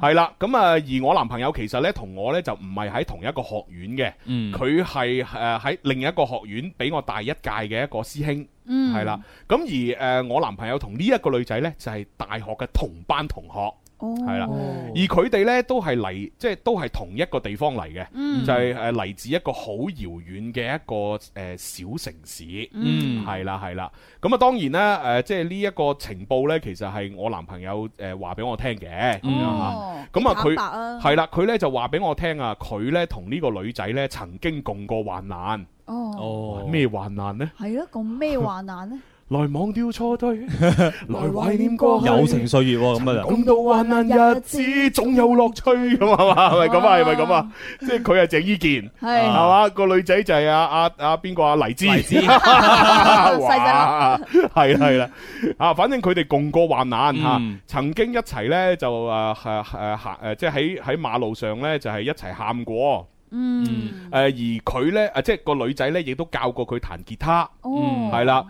S3: 係啦。咁啊，而我男朋友其實呢，同我呢就唔係喺同一個學院嘅，
S5: 嗯
S3: 佢係誒喺另一個學院比我大一屆嘅一個師兄。
S4: 嗯
S3: 系啦，咁而誒、呃我男朋友同呢一個女仔呢，就係、大學嘅同班同學，
S4: 哦
S3: 係啦而佢哋呢，都係嚟，即係都係同一個地方嚟嘅，
S4: 嗯
S3: 就係誒嚟自一個好遙遠嘅一個誒、呃小城市，
S5: 嗯
S3: 係啦係啦。咁啊當然啦，誒、即係呢一個情報呢，其實係我男朋友誒話俾我聽嘅，咁樣嚇。
S4: 哦
S3: 咁啊
S4: 幾
S3: 佢
S4: 坦白啊
S3: 係啦，佢呢就話俾我聽啊，佢呢同呢個女仔呢曾經共過患難，
S4: 哦
S5: 哦
S3: 咩患難呢？
S4: 係咯，咁咩患難呢？
S3: *laughs* 來忘掉錯對， *laughs* 來懷念過去
S5: 友情歲月喎，咁啊
S3: 講到患難日子總有樂趣咁啊嘛，係咪咁啊？係咪咁啊？即係佢係鄭伊健，
S4: 係
S3: 係
S4: *laughs*
S3: 嘛？個女仔就係阿阿阿邊個啊？黎姿，啊
S5: 黎姿 *laughs*
S4: 啊
S3: 哇，係啦係啦，啊，反正佢哋共過患難嚇
S5: 嗯，
S3: 曾經一齊咧就啊誒誒誒行誒，即係喺喺馬路上咧就係一齊喊過。
S4: 嗯
S3: 誒而佢咧，誒即係個女仔咧，亦都教過佢彈吉他，
S4: 哦
S3: 係啦。誒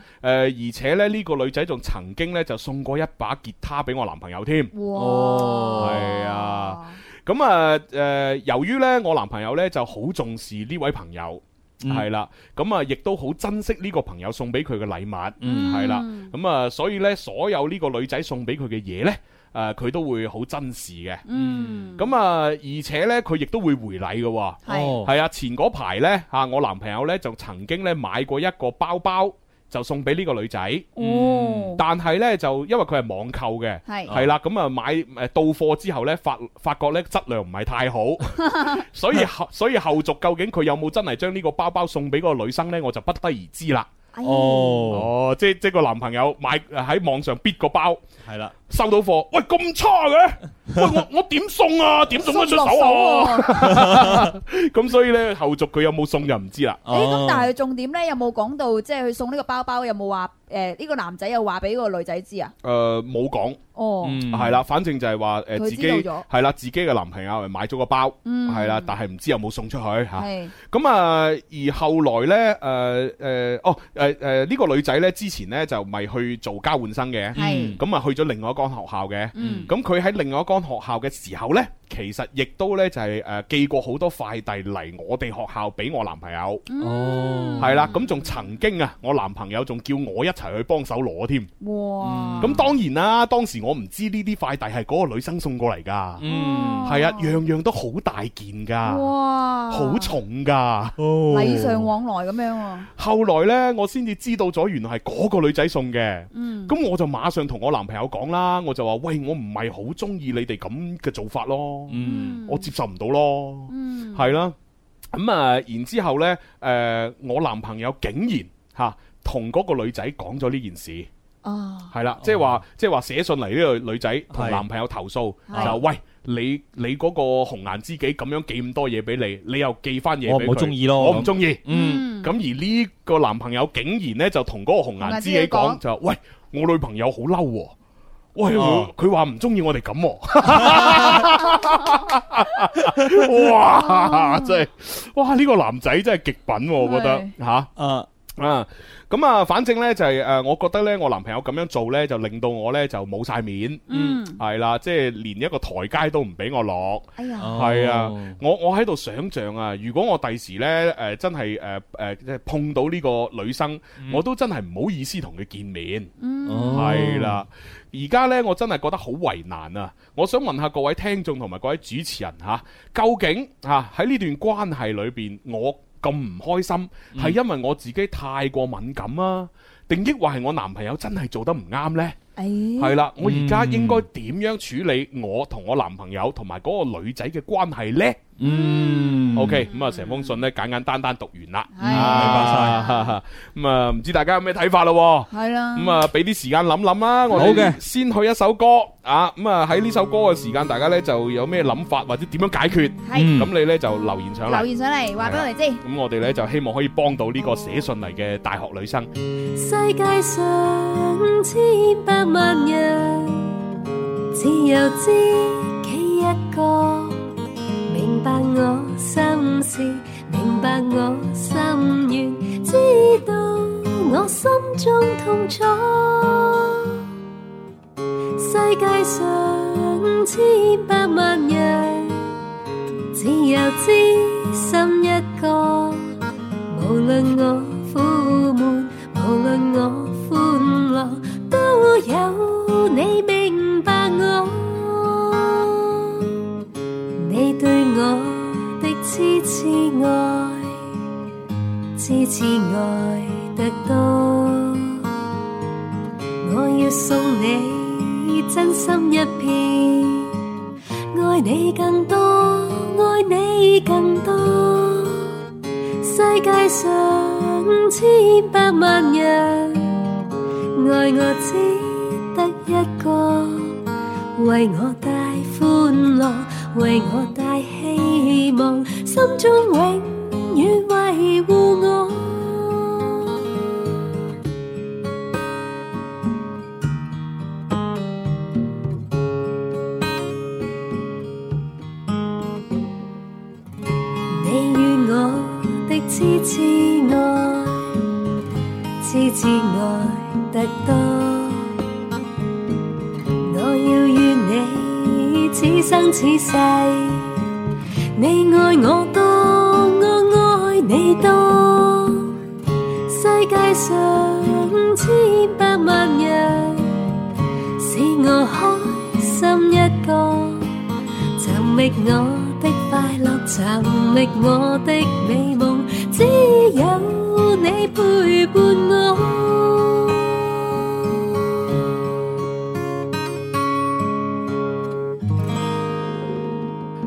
S3: 而且咧，呢個女仔仲曾經咧就送過一把吉他俾我男朋友添。
S4: 哇
S3: 係啊咁啊，誒、由於呢，我男朋友呢就好重視呢位朋友，
S5: 嗯
S3: 係啦、咁啊，亦都好珍惜呢個朋友送俾佢嘅禮物，
S5: 嗯
S3: 係啦、咁啊，所以呢，所有呢個女仔送俾佢嘅嘢呢，誒、呃佢都會好珍視嘅，
S4: 嗯
S3: 咁啊，而且呢，佢亦都會回禮嘅喎，
S4: 係
S3: 係啊，前嗰排呢，啊，我男朋友呢就曾經呢買過一個包包，就送俾呢個女仔，
S4: 哦
S3: 但係呢，就因為佢係網購嘅。
S4: 係
S3: 係啦，咁啊買誒到貨之後呢，發發覺咧質量唔係太好，
S4: *laughs*
S3: 所以後所以後續究竟佢有冇真係將呢個包包送俾個女生呢？我就不得而知啦。
S4: 哎
S5: 哦，
S3: 哦，即即個男朋友買喺網上 bid 個包，
S5: 係啦，
S3: 收到貨，喂咁差
S4: *laughs*
S3: 嘅，喂我我點送啊？點送得出手啊？
S4: 喎！
S3: 咁所以呢，後續佢有冇送就唔知啦。
S4: 诶，咁
S5: 哦
S4: 但係重點咧，有冇講到即係佢送呢個包包，有冇話诶呢個男仔又話俾個女仔知啊？
S3: 誒冇講，
S4: 哦，
S5: 嗯
S3: 係啦，反正就係話誒
S4: 佢
S3: 自己
S4: 知道咗
S3: 係啦，自己嘅男朋友係買咗個包，
S4: 嗯
S3: 係啦，但係唔知有冇送出去嚇。
S4: 係
S3: 咁啊，而後來呢，誒、誒、哦，誒、誒，呢個女仔呢，之前呢，就咪去做交換生嘅，
S4: 嗯係
S3: 咁啊去咗另外一間學校嘅。
S4: 嗯
S3: 咁佢喺另外一間學校嘅時候呢，其實亦都呢，就係、誒寄過好多快遞嚟我哋學校俾我男朋友，
S4: 嗯
S5: 哦，
S3: 係啦、咁仲曾經啊，我男朋友仲叫我一齊去幫手攞添。
S4: 哇，
S3: 咁當然啦，當時我唔知呢啲快遞係嗰個女生送過嚟㗎，
S5: 嗯，
S3: 係啊，樣樣都好大件㗎，
S4: 哇，
S3: 好重㗎。
S4: 禮尚往來咁樣喎。
S3: 後來呢，我先至知道咗原來係嗰個女仔送嘅，
S4: 嗯，
S3: 咁我就馬上同我男朋友講啦，我就話：喂，我唔係好中意你哋咁嘅做法咯，
S5: 嗯，
S3: 我接受唔到咯，
S4: 嗯
S3: 係啦。咁啊，然之後呢，誒、我男朋友竟然嚇同嗰個女仔講咗呢件事，
S4: 啊，
S3: 係啦，即係話即係話寫信嚟呢個女仔同
S5: 係
S3: 男朋友投訴，
S4: 係
S3: 就喂你你嗰個紅顏知己咁樣寄咁多嘢俾你，你又寄翻嘢
S5: 我
S3: 俾
S5: 唔好
S3: 佢
S5: 鍾意咯
S3: 我唔
S5: 咁
S3: 中意。
S5: 嗯，
S3: 咁而呢個男朋友竟然呢，就同嗰個紅顏知己講
S4: 紅顏知己講
S3: 就話：喂，我女朋友好嬲喎，喂
S5: 哦
S3: 我佢話唔中意我哋咁 *laughs* 喎，哇！真係哇呢個男仔真係極品喎，我覺得吓
S5: 啊，
S3: 啊咁啊，反正呢，就係誒，我覺得呢，我男朋友咁樣做呢，就令到我呢，就冇晒面，
S4: 嗯，
S3: 係啦，即係連一個台階都唔俾我落。
S4: 哎呀，
S5: 哦
S3: 係啊，
S5: 嗯
S3: 我我喺度想像啊，如果我第時呢，誒、真係誒誒即係呃碰到呢個女生，我都真係唔好意思同佢見面，
S4: 嗯，
S5: 哦
S3: 係啦、而家呢，我真係覺得好為難啊！我想問下各位聽眾同埋各位主持人嚇、究竟嚇喺呢段關係裏邊，我咁唔開心係因為我自己太過敏感啊，定抑或係我男朋友真係做得唔啱呢？
S4: 嗯
S3: 係啦，我而
S5: 嗯
S3: 家應該點樣處理我同我男朋友同埋嗰個女仔嘅關係呢？嗯，OK，咁啊，成封信呢，簡簡單單讀完啦，
S4: 係
S3: 啊咁啊，唔知大家有咩睇法咯？
S4: 係啦
S3: 咁啊，俾啲時間諗諗啦。我
S5: 好
S3: 哋
S5: 嘅
S3: 先去一首歌啊。咁啊，喺呢首歌嘅時間，大家呢就有咩諗法或者點樣解決？
S4: 係
S5: 嗯
S3: 咁你呢就留言上嚟
S4: 留。言上嚟話俾我哋知。
S3: 咁我哋呢就希望可以幫到呢個寫信嚟嘅大學女生。
S13: 世界上千百萬人，只有知己一個，明白我心事，明白我心願，知道我心中痛楚。世界上千百萬人，只有知心一個，無論我苦悶。无论我欢乐，都有你明白我。你对我的痴痴爱，痴痴爱得多。我要送你真心一片，爱你更多，爱你更多。世界上千百萬人，愛我只得一個，為我帶歡樂，為我帶希望，心中永遠維護我。你與我的痴痴愛，痴痴愛得多。我要與你此生此世，你愛我多，我愛你多。世界上千百萬人，使我開心一個。尋覓我的快樂，尋覓我的美夢，只有你陪伴我。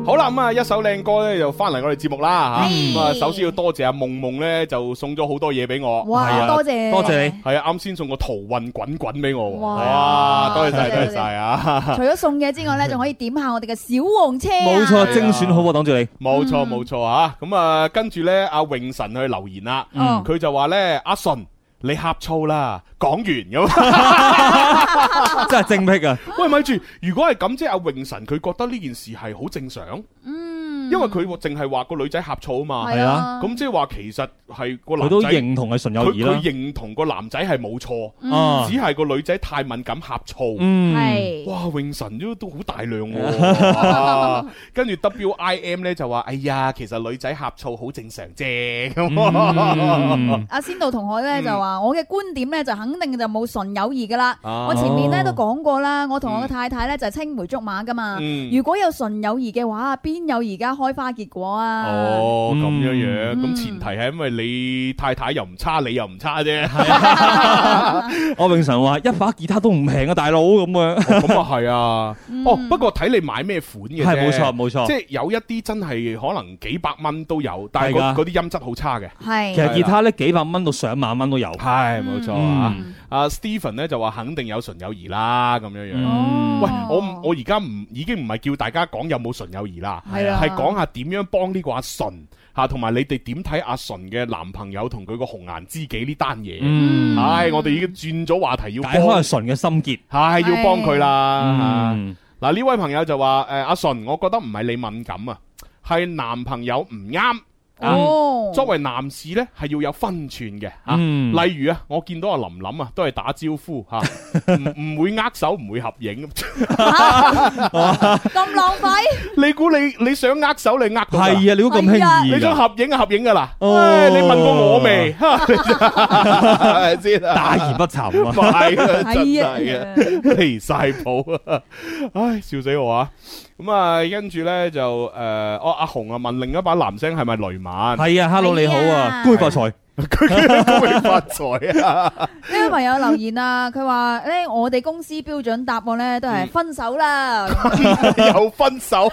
S3: 好啦，咁啊，一首靚歌咧就翻嚟我哋節目啦吓。
S4: 係
S3: 咁啊，首先要多謝阿夢夢咧，就送咗好多嘢俾我。
S4: 哇
S3: 係啊
S4: 多謝多謝你。
S3: 係啊，啱先送個陶運滾滾俾我喎。
S4: 哇嗯
S3: 哇！多謝晒，
S4: 多
S3: 多
S4: 謝
S3: 謝晒啊！
S4: 除咗送嘢之外咧，仲可以點下我哋嘅小黃車啊
S5: 冇錯，精選好喎，擋住你。
S3: 冇錯冇錯啊！咁啊，跟住咧，阿永神去留言啦，
S5: 嗯
S3: 佢就話咧，阿順你呷醋啦，講完咁。 *laughs*
S5: 真係精辟啊！
S3: 喂，咪住，如果係咁，即係阿永神佢覺得呢件事係好正常。
S4: 嗯，
S3: 因為佢淨係話個女仔呷醋啊嘛，
S4: 係啊
S3: 咁即係話其實係個男仔
S5: 佢都認同係純友
S3: 佢
S5: 誼啦
S3: 佢。認同個男仔係冇錯，
S4: 嗯
S5: 啊
S3: 只係個女仔太敏感呷醋。
S5: 嗯，
S4: 係
S3: 哇，永神都都好大量喎，
S5: *laughs*
S3: 啊跟住 WIM 咧就話：哎呀，其實女仔呷醋好正常啫。咁
S5: 嗯
S4: 阿仙道同學咧就話：我嘅觀點咧就肯定就冇純友誼噶啦。
S3: 啊
S4: 我前面咧都講過啦，我同我嘅太太咧就係青梅竹馬噶嘛。
S3: 嗯
S4: 如果有純友誼嘅話，邊有而家開花結果啊？
S3: 哦，咁樣樣，
S4: 嗯
S3: 咁前提係因為你太太又唔差，你又唔差啫。
S5: 嗯我永神話一把吉他都唔平啊，大佬咁樣。
S3: 咁啊係啊，
S4: 嗯
S3: 哦，不過睇你買咩款嘅啫
S5: 係冇錯冇錯
S3: 即係有一啲真係可能幾百蚊都有，但係嗰
S5: 係㗎
S3: 嗰啲音質好差嘅。
S4: *laughs*
S5: 其
S4: 係
S5: 實吉他咧幾百蚊到上萬蚊都有。
S3: 係冇錯啊
S5: 嗯！
S3: 阿 Stephen 咧就話肯定有純友誼啦，咁樣樣。
S5: 嗯
S3: 喂，我唔我而家唔已經唔係叫大家講有冇純友誼啦，
S4: 係啊
S3: 係講下點樣幫呢個阿純吓，同埋你哋點睇阿純嘅男朋友同佢個紅顏知己呢單嘢。
S5: 嗯，
S3: 唉，我哋已經轉咗話題要
S5: 解開
S3: 幫啊
S5: 係，純嘅心結。
S3: 係要幫佢啦。
S5: 嗯
S3: 嗱，呢位朋友就話：诶，阿純，我覺得唔係你敏感啊，係男朋友唔啱。
S4: 哦，
S3: 作為男士呢，係要有分寸嘅吓。
S5: 嗯
S3: 例如啊，我見到阿林林啊，都係打招呼吓， *laughs* 唔唔會握手，唔會合影。 *laughs*
S4: 咁浪 *laughs* 費，
S3: 你估你你想握手，你握到㗎
S5: 係啊，你都咁輕易
S3: 你想
S5: 㗎
S3: 合影就合影噶啦，
S5: 哦
S3: 唉你問過我
S5: *laughs*
S3: 未？係咪先啊？
S5: 大而不沉 *laughs* 啊！
S3: 係啊， *laughs* 真
S4: 係
S3: 係
S4: *laughs*
S3: 啊，
S4: 啊，
S3: 離晒譜啊！ *laughs* 唉，笑死我啊！咁啊，跟住呃咧就誒，哦阿紅啊問另一把男聲係咪雷曼？ *laughs*
S5: 係啊，Hello 你好
S4: 係啊
S5: 啊，官佛財
S14: 恭喜發財啊！
S4: 呢位朋友留言啊，佢話咧我哋公司標準答案咧都係分手啦。
S3: *laughs* 又分手，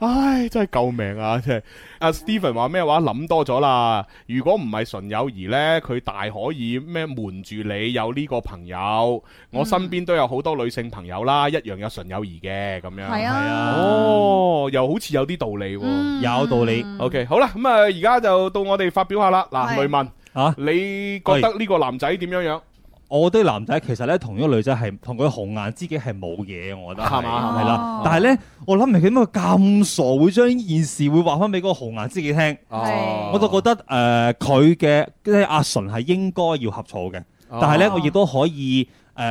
S3: 唉，真係救命啊！真係阿 Steven 話咩話諗多咗啦。如果唔係純友誼呢，佢大可以咩瞞住你有呢個朋友。
S4: 嗯
S3: 我身邊都有好多女性朋友啦，一樣有純友誼嘅咁樣。
S4: 係啊嗯係啊
S3: 哦，又好似有啲道理喎，
S5: 有道理。
S3: OK，好啦，咁啊，而家就到我哋發表下啦。嗱，
S5: 係
S3: 雷文
S5: 啊，
S3: 你覺得呢個男仔點樣樣？
S5: 我對男仔其實咧，同呢個女仔係同佢紅顏知己係冇嘢，我覺得
S3: 係嘛
S5: 係
S3: 哦
S5: 啦。但係咧，我諗唔明佢點解咁傻，會將呢件事會話翻俾嗰個紅顏知己聽。
S3: 哦
S5: 我就覺得誒，佢嘅即係阿純係應該要呷醋嘅，
S3: 哦
S5: 但係咧，我亦都可以誒、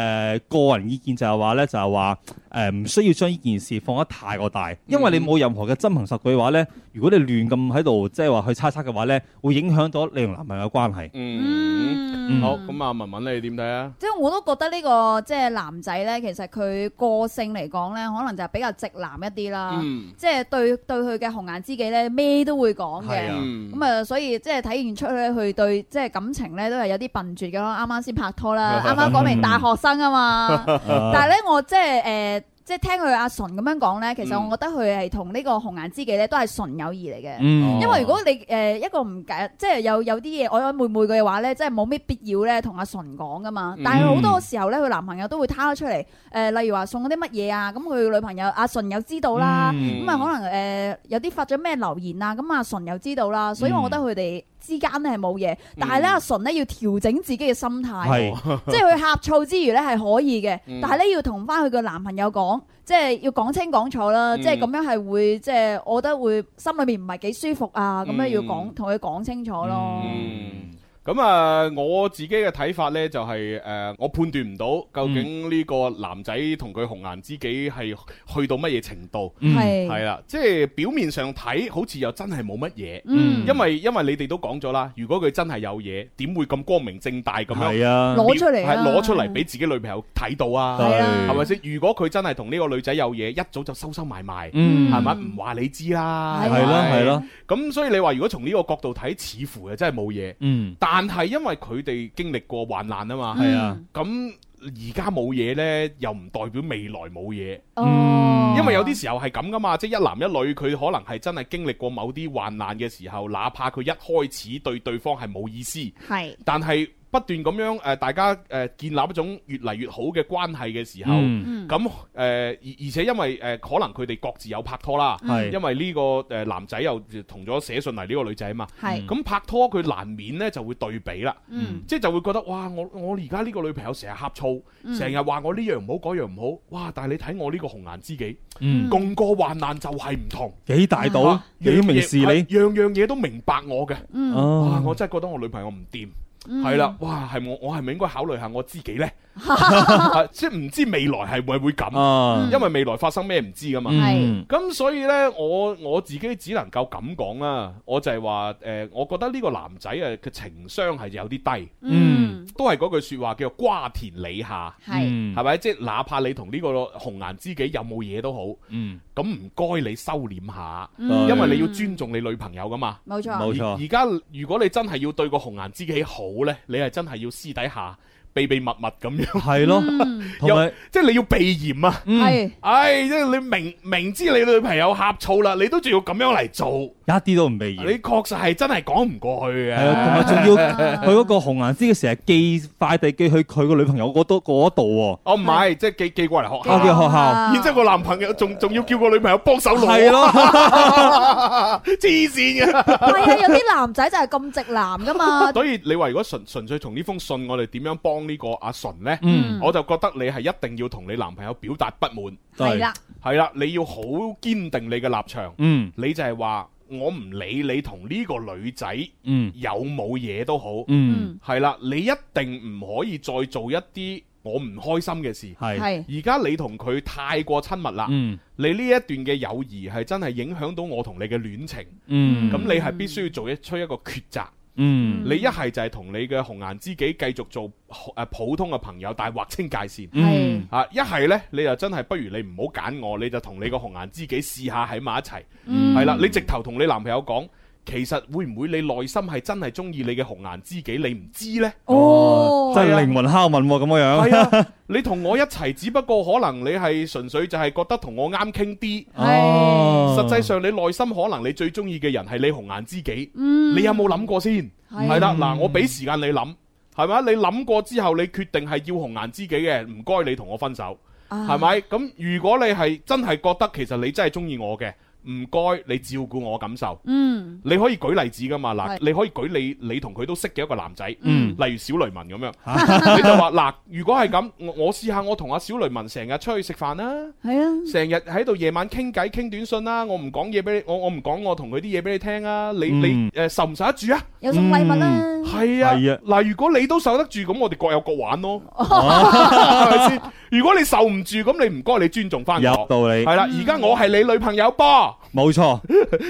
S5: 個人意見就係話咧，就係話誒唔需要將呢件事放得太過大，因為你冇任何嘅真憑實據嘅話咧，如果你亂咁喺度即係話去猜測嘅話咧，會影響到你同男朋友嘅
S3: *laughs*
S5: 關係。
S3: 嗯，好，咁啊，文文你點睇啊？
S4: 即係我都覺得呢、個即係男仔呢，其實佢個性嚟講呢，可能就係比較直男一啲啦。
S3: 嗯
S4: 即係對對佢嘅紅顏知己呢，咩都會講嘅。
S3: 係啊
S4: 咁啊、所以即係體現出咧，佢對即係感情呢，都係有啲笨拙嘅咯。啱啱先拍拖啦，啱啱講明大學生啊嘛。
S5: 嗯
S4: 但係呢，我即係誒。呃即係聽佢阿純咁樣講呢，其實
S12: 嗯
S4: 我覺得佢係同呢個紅顏知己呢都係純友誼嚟嘅，
S3: 哦
S12: 嗯
S4: 因為如果你誒、呃一個唔解，即係有有啲嘢曖曖昧昧嘅話呢，即係冇咩必要呢同阿純講噶嘛。
S12: 嗯
S4: 但係好多時候呢，佢男朋友都會攤咗出嚟，誒、呃例如話送嗰啲乜嘢啊，咁佢女朋友阿純又知道啦，
S12: 嗯
S4: 咁啊、可能誒、呃有啲發咗咩留言啊，咁阿純又知道啦，所以
S12: 嗯
S4: 我覺得佢哋之間呢係冇嘢，但係呢，阿純呢要調整自己嘅心
S5: 嗯
S4: 啊態喎。
S3: *laughs*
S4: 即係佢呷醋之餘咧係可以嘅
S12: 嗯，
S4: 但係咧要同翻佢個男朋友講，即係要講清講楚啦，
S12: 嗯
S4: 即係咁樣係會即係我覺得會心裏面唔係幾舒服啊，咁樣
S3: 嗯
S4: 要講同佢講清楚咯。
S3: 嗯，咁啊，我自己嘅睇法呢，就係誒，我判斷唔到究
S2: 嗯
S3: 竟呢個男仔同佢紅顏知己係去到乜嘢程度，
S2: 嗯係
S3: 係啦，即係表面上睇好似又真係冇乜嘢，
S2: 嗯
S3: 因為因為你哋都講咗啦，如果佢真係有嘢，點會咁光明正大咁樣
S5: 係啊
S2: 攞出嚟啊
S3: 係攞出嚟俾自己女朋友睇到啊，
S2: 係啊
S3: 係咪先？如果佢真係同呢個女仔有嘢，一早就收收埋埋，
S2: 嗯
S3: 係咪唔話你知啦？
S2: 係啊
S3: 咪
S2: 係咯係咯。
S3: 咁所以你話如果從呢個角度睇，似乎又啊真係冇嘢。
S5: 嗯，
S3: 但係因為佢哋經歷過患難啊嘛，
S5: 係啊
S3: 咁。而家冇嘢呢，又唔代表未來冇嘢。
S4: 哦
S3: 因為有啲時候係咁噶嘛，即係一男一女，佢可能係真係經歷過某啲患難嘅時候，哪怕佢一開始對 *laughs* 對方係冇意思，
S4: 係
S3: 但係不斷咁樣誒、呃大家誒、呃建立一種越嚟越好嘅關係嘅時候，
S2: 嗯
S3: 咁誒、呃而而且因為誒、呃可能佢哋各自有拍拖啦，
S2: 係
S3: 因為呢、個誒、呃男仔又同咗寫信嚟呢個女仔嘛，
S2: 係
S5: 嗯
S3: 咁拍拖佢難免呢就會對比啦，
S2: 嗯
S3: 即係就會覺得哇，我我而家呢個女朋友成日呷醋，
S2: 嗯
S3: 成日話我呢樣唔好嗰樣唔好，哇！但係你睇我呢個紅顏知己，
S5: 嗯
S3: 共過患難就係唔同。
S5: 幾大
S3: 嗯
S5: 度，幾明事理。
S3: 樣樣嘢都明白我嘅，
S5: 嗯
S3: 哇！我真係覺得我女朋友唔掂，
S5: 嗯
S3: 係啦，哇！係我我係咪應該考慮下我自己
S5: *laughs*
S3: 呢？係即係唔知未來係咪會
S5: 啊嗯
S3: 咁，因為未來發生咩唔知噶嘛。
S5: 係
S3: 咁所以呢，我我自己只能夠咁講啦，我就係話誒，我覺得呢個男仔啊嘅情商係有啲低，
S5: 嗯，
S3: 都係嗰句説話叫做瓜田李下，
S5: 係嗯
S3: 係咪？即係哪怕你同呢個紅顏知己有冇嘢都好。
S5: 嗯，
S3: 咁唔該你收斂下，
S5: 嗯
S3: 因為你要尊重你女朋友噶嘛。
S5: 冇錯冇錯
S3: 而而家如果你真係要對個紅顏知己好呢，你係真係要私底下。秘秘密密咁樣， *laughs*
S5: 係咯嗯同埋
S3: 又即係你要避嫌啊！
S5: 嗯係
S3: 唉，即係你明明知你女朋友呷醋啦，你都仲要咁樣嚟做，
S5: 一啲都唔避嫌。
S3: 你確實係真係講唔過去嘅。
S5: 係啊，同埋
S3: *laughs*
S5: 仲要佢嗰個紅顏知己成日寄快遞寄去佢個女朋友嗰度嗰度
S3: 哦，唔係，即係寄寄過嚟學校，
S5: 啊寄學校
S3: 然之後個男朋友仲仲要叫個女朋友幫手攞，
S5: 係
S4: 咯，
S3: *laughs* 黐線嘅。
S4: 係啊，有啲男仔就係咁直男
S3: *laughs*
S4: 噶嘛。
S3: 所以你話如果純純粹從呢封信，我哋點樣幫呢個阿純呢？
S4: 嗯
S3: 我就覺得你係一定要同你男朋友表達不滿。
S4: 係啦，
S3: 係啦，你要好堅定你嘅立場。
S5: 嗯，
S3: 你就係話我唔理你同呢個女仔
S5: 嗯
S3: 有冇嘢都好。
S5: 嗯，
S3: 係啦，你一定唔可以再做一啲我唔開心嘅事。
S5: 係
S3: 而家你同佢太過親密啦。
S5: 嗯
S3: 你呢一段嘅友誼係真係影響到我同你嘅戀情。
S5: 嗯
S3: 咁你係必須要做一出一個抉擇。
S5: 嗯
S3: 你一係就係同你嘅紅顏知己繼續做誒普通嘅朋友，但係劃清界線。
S5: 嗯
S3: 啊，一係呢，你就真係不如你唔好揀我，你就同你個紅顏知己試下喺埋一齊。
S5: 嗯
S3: 係啦，你直頭同你男朋友講。其實會唔會你內心係真係中意你嘅紅顏知己，你唔知呢？
S5: 哦真係
S3: 係啊
S5: 靈魂拷問喎咁樣。
S3: 系啊，你同我一齊，只不過可能你係純粹就係覺得同我啱傾啲。
S5: 哦
S3: 實際上你內心可能你最中意嘅人係你紅顏知己。
S5: 嗯
S3: 你有冇諗過先？
S5: 係
S3: 係啦，嗱，我俾時間你諗，係咪？你諗過之後，你決定係要紅顏知己嘅，唔該你同我分手，
S5: 啊
S3: 係咪？咁如果你係真係覺得其實你真係中意我嘅，唔該你照顧我感受。
S4: 嗯，
S3: 你可以舉例子噶嘛？嗱
S4: 係，
S3: 你可以舉你你同佢都識嘅一個男仔，
S5: 嗯
S3: 例如小雷文咁
S5: *laughs*
S3: 樣，你就話嗱，如果係咁，我我試下我同阿小雷文成日出去食飯啦，
S4: 係啊，
S3: 成日喺度夜晚傾偈傾短信啦，我唔講嘢俾你，我我唔講我同佢啲嘢俾你聽啊，你
S5: 嗯
S3: 你誒受唔受得住啊？
S4: 有送禮物啦，
S3: 係啊，
S5: 係啊哦
S3: 嗱，如果你都受得住，咁我哋各有各玩咯， *laughs* 係咪先？如果你受唔住，咁你唔該你尊重翻我，
S5: 有道理
S3: 係啦，
S4: 嗯
S3: 而家我係你女朋友噃。
S5: 冇錯，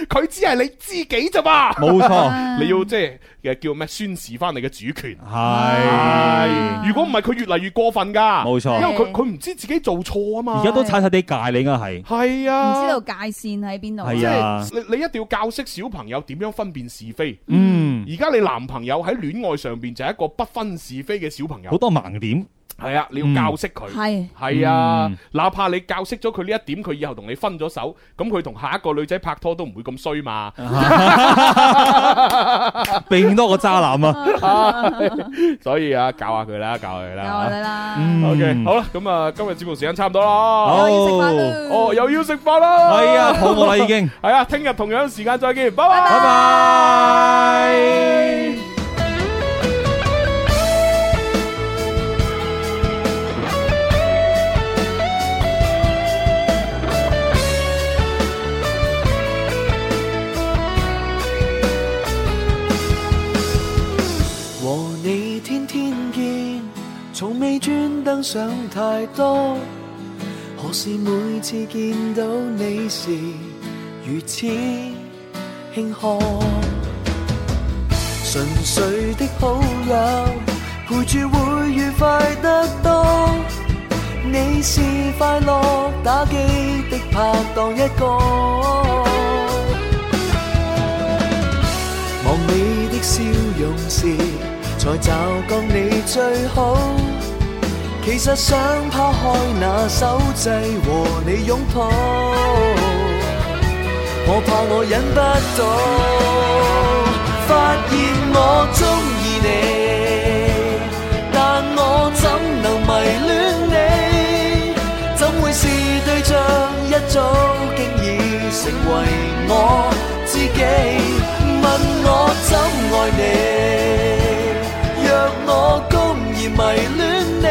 S3: 佢只係你知己咋嘛？
S5: 冇
S3: *laughs*
S5: 錯
S3: 你要即係誒叫咩宣示翻你嘅主權。
S5: 係。
S3: 如果唔係，佢越嚟越過分㗎。
S5: 冇錯
S3: 因為佢佢唔知自己做錯啊嘛。
S5: 而家都踩晒啲界，你應該係。
S3: 係
S4: 唔
S3: 啊，
S4: 知道界線喺邊度。
S5: 係啊
S3: 即係你你一定要教識小朋友點樣分辨是非。
S5: 嗯
S3: 而家你男朋友喺戀愛上邊就係一個不分是非嘅小朋友。
S5: 好多盲點。
S3: 係啊，你要教識佢。
S5: 嗯
S3: 係啊
S5: 嗯，
S3: 哪怕你教識咗佢呢一點，佢以後同你分咗手，咁佢同下一個女仔拍拖都唔會咁衰嘛。
S5: 啊避免多個渣男啊！
S3: 所以啊，教下佢啦，教下佢啦。
S5: 教下佢
S4: 啦
S5: 嗯
S3: OK，好啦，咁啊，今日節目時間差唔多啦。
S5: 好又要食飯啦
S3: 哦，又要食飯啦。
S5: 係啊肚餓啦已經。
S3: 係啊，聽日同樣時間再見，拜拜。
S5: 拜拜。
S12: 和你天天見，從未專登想太多。可是每次見到你時，如此輕看。純粹的好友，陪住會愉快得多。你是快樂打機的拍檔一個。望你的笑容時，才驟覺你最好。其實想拋開那手掣和你擁抱，我怕我忍不到，發現我中意你，但我怎能迷戀你？怎會是對象？一早經已成為我自己，問我怎愛你？若我公然迷戀你，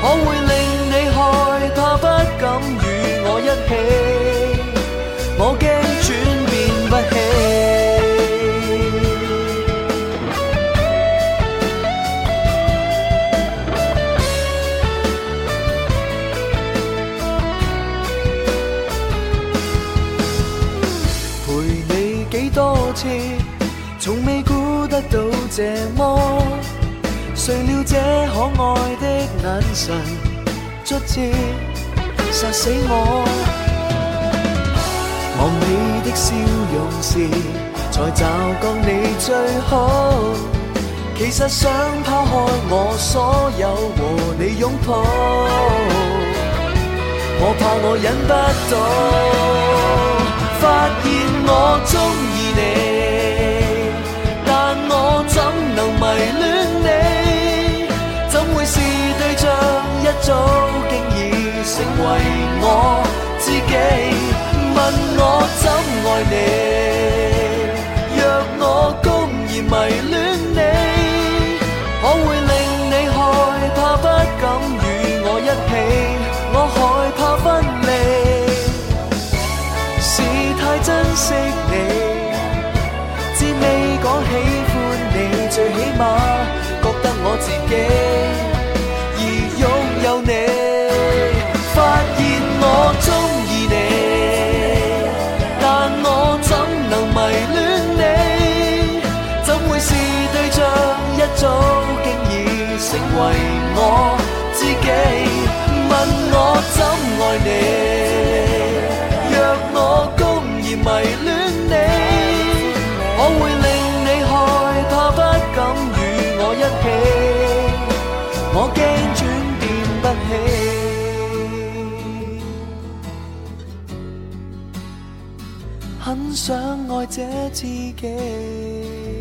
S12: 可會令你害怕，不敢與我一起，我驚轉變不起。陪你幾多次，從未估得到這麼。誰料這可愛的眼神，卒之殺死我。望你的笑容時，才驟覺你最好。其實想拋開我所有和你擁抱，我怕我忍不到。發現我中意你，但我怎能迷戀你？怎會是對象？一早經已成為我自己。問我怎愛你？若我公然迷戀你，可會令你害怕，不敢與我一起。我害怕分離。是太珍惜你，至你講喜歡你，最起碼覺得我自己而擁有你，發現我中意你，但我怎能迷戀你？怎會是對象？一早經已成為我自己，問我怎愛你？若我公然迷戀你，我驚轉變不起。很想愛這自己。